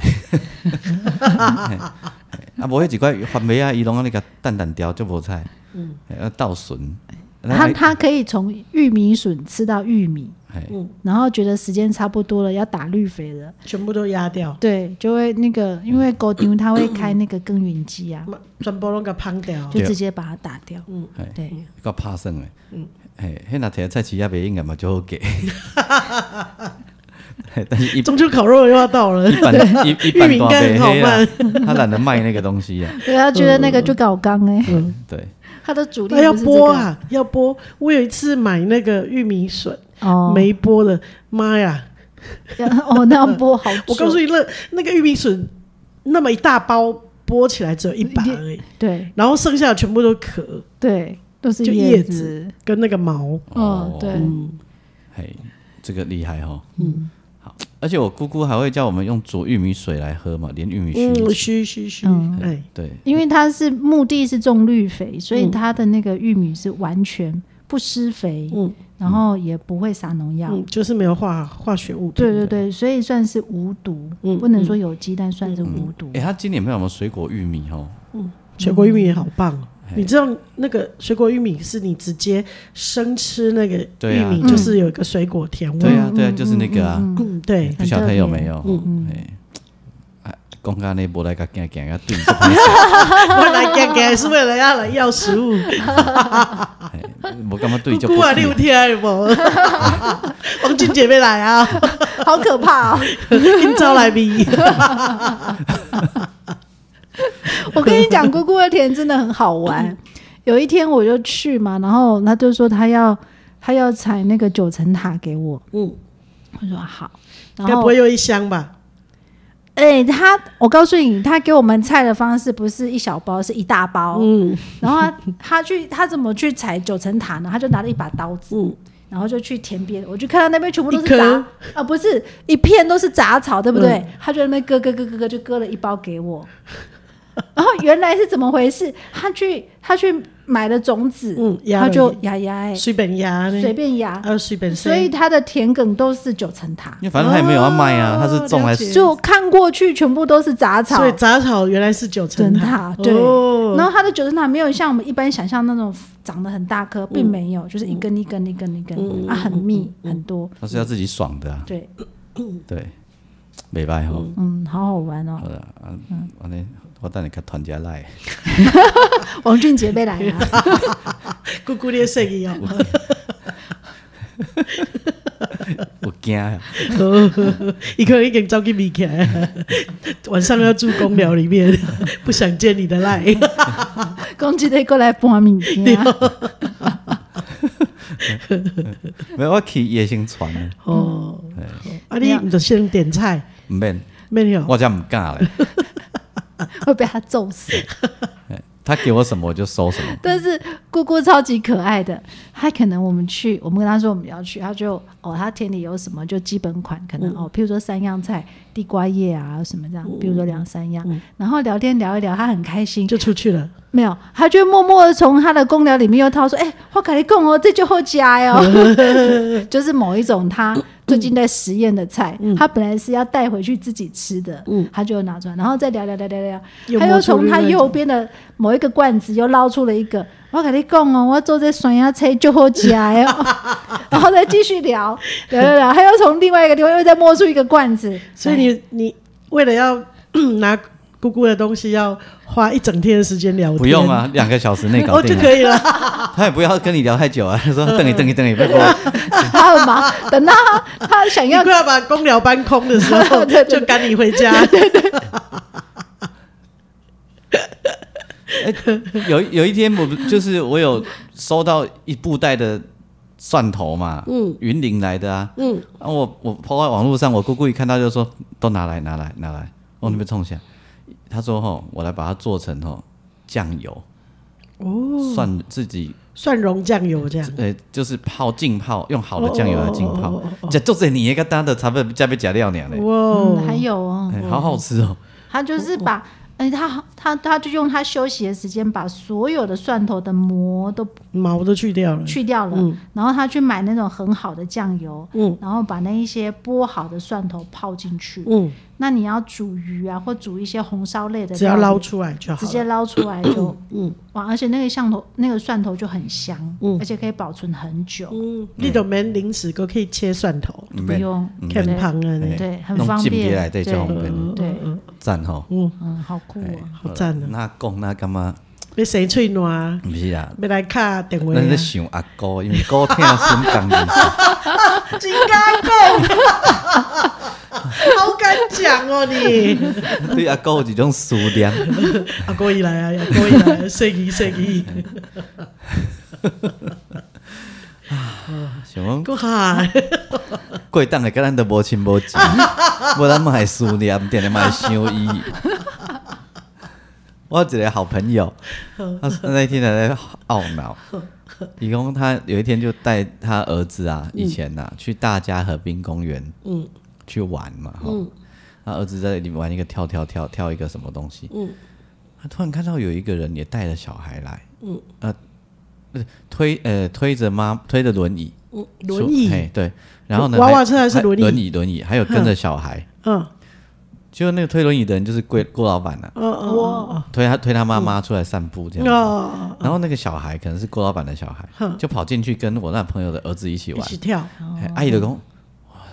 [SPEAKER 1] 哎啊无迄一块番麦啊，伊拢安尼甲淡淡掉就无菜，哎啊倒笋，
[SPEAKER 3] 他他可以从玉米笋吃到玉米，
[SPEAKER 1] 哎
[SPEAKER 3] 然后觉得时间差不多了，要打绿肥了，
[SPEAKER 2] 全部都压掉，
[SPEAKER 3] 对，就会那个，因为狗牛它会开那个耕耘机啊，
[SPEAKER 2] 全部拢给烹掉。
[SPEAKER 3] 就直接把它打掉。
[SPEAKER 2] 嗯
[SPEAKER 1] 哎
[SPEAKER 3] 对，
[SPEAKER 1] 够拍算的。嘿，迄若摕菜市也袂应该嘛，就好价。 嘿但是一
[SPEAKER 2] 中秋烤肉又要到了
[SPEAKER 1] 一，般一一般
[SPEAKER 2] 玉米
[SPEAKER 1] 大
[SPEAKER 2] 干
[SPEAKER 1] 杯
[SPEAKER 2] 好
[SPEAKER 1] 黑啦
[SPEAKER 2] 慢，
[SPEAKER 1] 他懒得卖那个东 西啊。
[SPEAKER 3] 对，他觉得那个就搞刚哎，
[SPEAKER 1] 对，
[SPEAKER 3] 他的主力
[SPEAKER 2] 那要
[SPEAKER 3] 不是这
[SPEAKER 2] 剥
[SPEAKER 3] 个，
[SPEAKER 2] 啊，要剥。我有一次买那个玉米笋，
[SPEAKER 3] 哦，
[SPEAKER 2] 没剥的，妈呀！
[SPEAKER 3] 要 哦，那要剥好久，
[SPEAKER 2] 我告诉你，那那个玉米笋那么一大包，剥起来只有一把
[SPEAKER 3] 你
[SPEAKER 2] 而已，
[SPEAKER 3] 对
[SPEAKER 2] 然后剩下的全部都壳
[SPEAKER 3] 对，都是
[SPEAKER 2] 就
[SPEAKER 3] 叶
[SPEAKER 2] 叶子，跟那个毛。
[SPEAKER 3] 嗯，对，
[SPEAKER 1] 嘿，这个厉害哈。嗯，好，而且我姑姑还会叫我们用煮玉米水来喝嘛，连玉米须一
[SPEAKER 2] 嗯，
[SPEAKER 1] 起。
[SPEAKER 2] 虚虚虚，
[SPEAKER 3] 嗯
[SPEAKER 2] 哎，
[SPEAKER 1] 对，
[SPEAKER 3] 嗯因为它是目的是种绿肥，所以它的那个玉米是完全不施肥，
[SPEAKER 2] 嗯
[SPEAKER 3] 然后也不会撒农药。
[SPEAKER 2] 嗯，就是没有化化学物品
[SPEAKER 3] 对对对，所以算是无毒，
[SPEAKER 2] 嗯
[SPEAKER 3] 不能说有机，但算是无毒。
[SPEAKER 1] 哎，他今年不知道有没有水果玉米哦？
[SPEAKER 2] 水果玉米也好棒哦。你知道那个水果玉米是你直接生吃那个
[SPEAKER 1] 对
[SPEAKER 2] 玉
[SPEAKER 1] 啊
[SPEAKER 3] 嗯
[SPEAKER 2] 米，就是有一个水果甜味。
[SPEAKER 1] 对啊，对啊，就是那个啊，
[SPEAKER 2] 嗯，对，
[SPEAKER 1] 不晓得有没有？嗯嗯。哎讲到那无来个行行啊，对这边
[SPEAKER 2] 我来给给是为了要来要食物。
[SPEAKER 1] 我感觉对就
[SPEAKER 2] 姑
[SPEAKER 1] 不
[SPEAKER 2] 姑啊， 你有听无？ 王俊杰要来啊，
[SPEAKER 3] 好可怕哦！
[SPEAKER 2] 今朝来 咪。
[SPEAKER 3] 我跟你讲，姑姑的田真的很好 玩。有一天我就去嘛，然后他就说他要他要采那个九层塔给我，
[SPEAKER 2] 嗯，
[SPEAKER 3] 我说好。然
[SPEAKER 2] 该不
[SPEAKER 3] 后
[SPEAKER 2] 会又一箱吧？
[SPEAKER 3] 哎、他我告诉你，他给我们菜的方式不是一小包，是一大包。
[SPEAKER 2] 嗯
[SPEAKER 3] 然后他他去他怎么去采九层塔呢？他就拿了一把刀子，
[SPEAKER 2] 嗯，
[SPEAKER 3] 然后就去田边，我就看到那边全部都
[SPEAKER 2] 一
[SPEAKER 3] 是
[SPEAKER 2] 颗
[SPEAKER 3] 杂啊，不是一片都是杂草，对不对？他就在那边割割割割割，就割了一包给我。然后原来是怎么回事？他去他去买了种子，
[SPEAKER 2] 嗯压
[SPEAKER 3] 他
[SPEAKER 2] 了
[SPEAKER 3] 就芽芽哎，
[SPEAKER 2] 水本牙呢？
[SPEAKER 3] 随便芽，
[SPEAKER 2] 啊，水本
[SPEAKER 3] 所以他的田埂都是九层塔
[SPEAKER 1] 因，为反正他也没有要卖啊，他是种来
[SPEAKER 2] 哦了解
[SPEAKER 3] 就看过去全部都是杂草
[SPEAKER 2] 所以。杂草原来是九层塔
[SPEAKER 3] 层塔，对
[SPEAKER 2] 哦
[SPEAKER 3] 然后它的九层塔没有像我们一般想象那种长得很大棵，并没有，就是一根一根一根一根啊，很密很多，
[SPEAKER 1] 他是要自己爽的啊，
[SPEAKER 3] 对，
[SPEAKER 2] 嗯
[SPEAKER 1] 对，没办法。
[SPEAKER 3] 嗯，好好玩哦。
[SPEAKER 1] 好啦，啊，安尼我等你甲团家来，
[SPEAKER 3] 王俊杰被来了，
[SPEAKER 2] 姑姑的声音哦，
[SPEAKER 1] 我惊啊！
[SPEAKER 2] 一个人已经招给米起来， 晚上要住公寮里面， 不想见你的赖。
[SPEAKER 3] 公鸡得过来搬物件啊，
[SPEAKER 1] 没有，我去夜星船啊，
[SPEAKER 2] 哦，啊，你你就先点菜，
[SPEAKER 1] 唔免，
[SPEAKER 2] 没有？
[SPEAKER 1] 我才唔敢啊嘞。
[SPEAKER 3] 会被他揍死。
[SPEAKER 1] 他给我什么我就收什么，
[SPEAKER 3] 但是姑姑超级可爱的，她可能我们去，我们跟她说我们要去，她就哦，她田里有什么就基本款，可能、哦，譬如说三样菜，地瓜叶啊什么这样，比如说两三样，然后聊天聊一聊，她很开心，
[SPEAKER 2] 就出去了，
[SPEAKER 3] 没有，她就默默的从她的公聊里面又掏出，哎、我跟你讲哦，这就好加 哦，就是某一种她最近在实验的菜，她本来是要带回去自己吃的，
[SPEAKER 2] 嗯
[SPEAKER 3] 她就拿出来，然后再聊聊聊聊聊。
[SPEAKER 2] 又
[SPEAKER 3] 他
[SPEAKER 2] 摸
[SPEAKER 3] 又
[SPEAKER 2] 出
[SPEAKER 3] 从
[SPEAKER 2] 另
[SPEAKER 3] 他
[SPEAKER 2] 外一
[SPEAKER 3] 右边的某一个罐子又捞出了一个，我跟你讲哦，我做这酸鸭菜就好吃的 哦，然后再继续聊聊聊聊，他又从另外一个地方又再摸出一个罐子，
[SPEAKER 2] 所以你你为了要 拿姑姑的东西，要花一整天的时间聊天，
[SPEAKER 1] 不用，啊，两个小时内搞
[SPEAKER 2] 哦就
[SPEAKER 1] 定了。
[SPEAKER 2] 可以了。
[SPEAKER 1] 他也不要跟你聊太久啊，他说等你等你等你，别过来。
[SPEAKER 3] 他很忙，等到他他 想
[SPEAKER 2] 你
[SPEAKER 3] 要
[SPEAKER 2] 快要把公寮搬空的时候，
[SPEAKER 3] 对对对
[SPEAKER 2] 就赶你回 家。
[SPEAKER 1] 有有一天我就是我有收到一布袋的蒜头嘛，嗯，云林来的啊，嗯，然后我我抛在网络上，我姑姑一看到就说都拿来拿来拿来，往那边冲下。他说吼，我来把它做成吼酱油，哦，蒜自己
[SPEAKER 2] 蒜蓉酱油这样，
[SPEAKER 1] 呃，就是泡浸泡，用好的酱油来浸
[SPEAKER 2] 哦哦
[SPEAKER 1] 泡
[SPEAKER 2] 哦哦哦。
[SPEAKER 1] 这就是你一个单的，差不多加被加料娘嘞，
[SPEAKER 2] 哇
[SPEAKER 3] 嗯
[SPEAKER 2] 哦，
[SPEAKER 3] 还有哦，
[SPEAKER 1] 哎好好吃哦。
[SPEAKER 3] 他就是把。哎，他他他就用他休息的时间把所有的蒜头的膜都
[SPEAKER 2] 毛都去掉了，
[SPEAKER 3] 去掉了，
[SPEAKER 2] 嗯
[SPEAKER 3] 然后他去买那种很好的酱油，
[SPEAKER 2] 嗯
[SPEAKER 3] 然后把那一些剥好的蒜头泡进去，
[SPEAKER 2] 嗯，
[SPEAKER 3] 那你要煮鱼啊，或煮一些红烧类的料理，
[SPEAKER 2] 只要捞出来就好
[SPEAKER 3] 直
[SPEAKER 2] 了。
[SPEAKER 3] 接捞出来就，嗯，哇，而且那个蒜头那个蒜头就很香，而且可以保存很久，
[SPEAKER 2] 嗯，你都免零食，都可以切蒜头，
[SPEAKER 1] 嗯
[SPEAKER 3] 不用，
[SPEAKER 2] 看
[SPEAKER 3] 对
[SPEAKER 2] 胖啊嗯
[SPEAKER 1] 嗯
[SPEAKER 2] 你，
[SPEAKER 3] 对，很
[SPEAKER 1] 弄
[SPEAKER 3] 方
[SPEAKER 1] 进别来
[SPEAKER 3] 便，
[SPEAKER 1] 对
[SPEAKER 3] 对
[SPEAKER 1] 就方便，
[SPEAKER 3] 对，
[SPEAKER 1] 赞吼！
[SPEAKER 3] 嗯，好酷
[SPEAKER 1] 哎
[SPEAKER 3] 哦，
[SPEAKER 2] 好赞啊！
[SPEAKER 1] 那讲那干嘛？
[SPEAKER 2] 你谁吹暖？
[SPEAKER 1] 不是啦，
[SPEAKER 2] 要来卡电话啊
[SPEAKER 1] 咱在想阿哥，因为哥听心讲的，
[SPEAKER 2] 金刚贡， 好敢讲哦你！
[SPEAKER 1] 对阿哥有一种思念。
[SPEAKER 2] 阿哥一来啊，阿哥一来啊，圣意圣意，
[SPEAKER 1] 想
[SPEAKER 3] 嗯
[SPEAKER 1] 讲
[SPEAKER 2] 哥哈，
[SPEAKER 1] 过当的，跟咱都无亲无情，无咱嘛会思念，定定嘛会想伊。我有一个好朋友，他那一天还在懊恼，李工他有一天就带他儿子啊，以前呐、啊去大家河滨公园，嗯，去玩嘛，哈、他儿子在里面玩一个跳跳跳跳一个什么东西，嗯，他突然看到有一个人也带了小孩来，嗯，呃，推呃推着妈推着轮椅，
[SPEAKER 3] 嗯
[SPEAKER 2] 轮椅
[SPEAKER 1] 说嘿对，然后呢
[SPEAKER 2] 娃娃
[SPEAKER 1] 还
[SPEAKER 2] 车还是轮椅
[SPEAKER 1] 轮椅轮椅，还有跟着小孩，
[SPEAKER 2] 嗯
[SPEAKER 1] 就那个推轮椅的人就是郭郭老板啊，
[SPEAKER 2] 嗯嗯
[SPEAKER 1] 推他推他妈妈出来散步这
[SPEAKER 2] 嗯，
[SPEAKER 1] 样子，
[SPEAKER 2] 哦，嗯
[SPEAKER 1] 然后那个小孩可能是郭老板的小孩，就跑进去跟我那朋友的儿子一起
[SPEAKER 2] 一
[SPEAKER 1] 玩，
[SPEAKER 2] 起哦跳，
[SPEAKER 1] 哎阿姨就讲。哇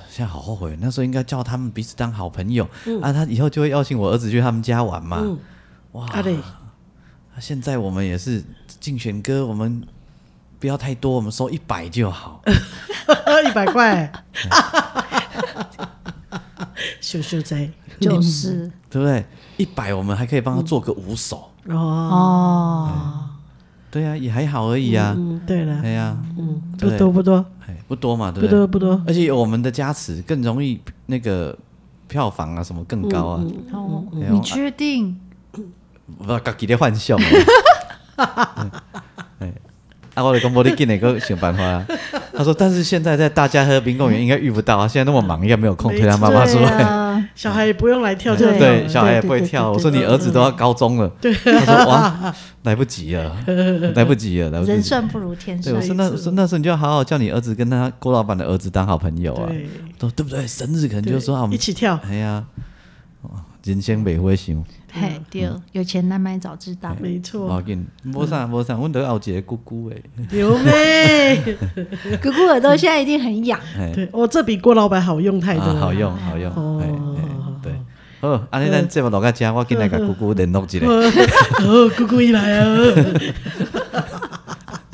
[SPEAKER 1] 现在好后悔，那时候应该叫他们彼此当好朋友、啊！他以后就会邀请我儿子去他们家玩嘛。
[SPEAKER 2] 嗯
[SPEAKER 1] 哇，
[SPEAKER 2] 阿嘞，
[SPEAKER 1] 啊现在我们也是竞选歌，我们不要太多，我们收一百就好。
[SPEAKER 2] 一百块， 秀秀贼
[SPEAKER 3] 就是
[SPEAKER 1] 对不对？一百我们还可以帮他做个五手，
[SPEAKER 3] 啊
[SPEAKER 2] 哦，
[SPEAKER 1] 哎
[SPEAKER 3] 哦，
[SPEAKER 1] 对啊，也还好而已啊，
[SPEAKER 2] 嗯，对了，
[SPEAKER 1] 哎呀，
[SPEAKER 2] 嗯，不
[SPEAKER 1] 对
[SPEAKER 2] 多不多
[SPEAKER 1] 哎，不多嘛，对
[SPEAKER 2] 不
[SPEAKER 1] 不对？
[SPEAKER 2] 多不多，
[SPEAKER 1] 而且有我们的加持更容易那个票房啊什么更高啊，
[SPEAKER 3] 哦，
[SPEAKER 1] 嗯
[SPEAKER 3] 你确定？
[SPEAKER 1] 我自己在幻想啊。哎啊，我就讲，我你进来个想办法、啊。他说，但是现在在大家和平公园应该遇不到啊，现在那么忙，应该没有空推他妈妈出
[SPEAKER 3] 对
[SPEAKER 1] 来。
[SPEAKER 3] 啊，
[SPEAKER 2] 小孩也不用来跳跳
[SPEAKER 3] 对
[SPEAKER 2] 跳，
[SPEAKER 1] 对，小孩也不会
[SPEAKER 2] 对对
[SPEAKER 1] 跳。
[SPEAKER 2] 对嗯
[SPEAKER 1] 我说你儿子都要高中 了，他说哇，来不及了， 来不及了，来不及
[SPEAKER 3] 人
[SPEAKER 1] 了。
[SPEAKER 3] 算不如天算
[SPEAKER 1] 对，我。说那我说那时候你就好好叫你儿子跟他郭老板的儿子当好朋友啊，
[SPEAKER 2] 对
[SPEAKER 1] 都对不对？生日可能就说啊，我
[SPEAKER 2] 一
[SPEAKER 1] 们
[SPEAKER 2] 起跳，
[SPEAKER 1] 哎呀，哇人生未会想，
[SPEAKER 3] 嘿，对，有钱难买早知道。
[SPEAKER 2] 没
[SPEAKER 1] 无
[SPEAKER 2] 错嗯
[SPEAKER 1] 要，紧，无啥无啥，阮都有一个姑姑诶，
[SPEAKER 2] 牛妹，
[SPEAKER 3] 姑姑耳朵现在一定很痒。
[SPEAKER 1] 嘿
[SPEAKER 2] 对，哦，这比郭老板好用太多
[SPEAKER 1] 啊，
[SPEAKER 2] 了，
[SPEAKER 1] 好用好用，
[SPEAKER 2] 哦
[SPEAKER 1] 哎哎对，好，安尼咱节目落到遮，我今来甲姑姑联络一下。
[SPEAKER 2] 哦，姑姑一来哦，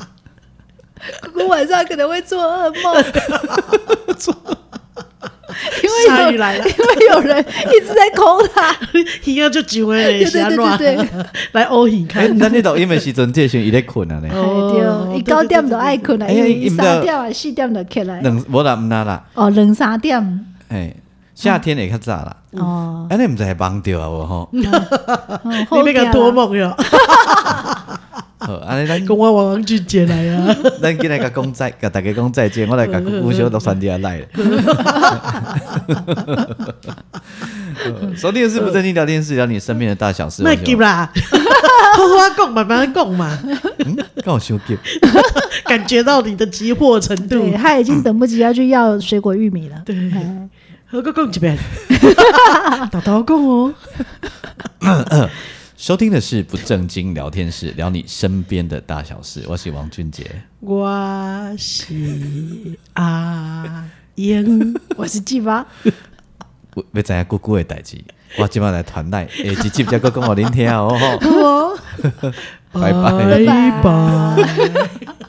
[SPEAKER 3] 姑姑晚上可能会做噩梦，因为
[SPEAKER 2] 鲨
[SPEAKER 3] 有
[SPEAKER 2] 鱼来了
[SPEAKER 3] 因为有人一直在抠他，
[SPEAKER 2] 应该就几位
[SPEAKER 3] 对对对对对
[SPEAKER 2] 来欧影
[SPEAKER 1] 哎，
[SPEAKER 2] 看，
[SPEAKER 1] 咱那录音的时阵，这时候伊咧困啊咧。
[SPEAKER 2] 哦
[SPEAKER 3] 对，伊九点就爱困啦，
[SPEAKER 1] 哎呀
[SPEAKER 3] 伊
[SPEAKER 1] 他们
[SPEAKER 3] 三
[SPEAKER 1] 就
[SPEAKER 3] 点啊四点就起来，
[SPEAKER 1] 两无啦，毋啦啦，
[SPEAKER 3] 哦，两三点，
[SPEAKER 1] 嘿，夏天会较早啦。
[SPEAKER 3] 哦，
[SPEAKER 1] 安尼毋知会帮着啊无吼？
[SPEAKER 3] 你
[SPEAKER 2] 你别敢托梦哟，
[SPEAKER 1] 好，安尼咱
[SPEAKER 2] 跟我王王俊杰来啊，
[SPEAKER 1] 咱今日甲讲再，甲大家讲再见，我来甲姑姑小到山底下来了。收听的是不正经聊天室，聊你身边的大小事。
[SPEAKER 2] 卖急
[SPEAKER 1] 我
[SPEAKER 2] 啦， 好好讲，慢慢讲嘛，
[SPEAKER 1] 是跟我修急，
[SPEAKER 2] 感觉到你的急迫程
[SPEAKER 3] 对
[SPEAKER 2] 度，
[SPEAKER 3] 他已经等不及要去要水果玉米了，
[SPEAKER 2] 对，
[SPEAKER 1] 嗯
[SPEAKER 2] 好个讲一 遍，大头讲哦，
[SPEAKER 1] 收听的是不正经聊天室，聊你身边的大小事。我是王俊杰，
[SPEAKER 2] 我是阿 英，
[SPEAKER 3] 我是季巴，
[SPEAKER 1] 我要知影姑姑的代志，我今晚来传来，下一集再搁讲互恁听哦。吼拜拜。
[SPEAKER 2] 拜拜。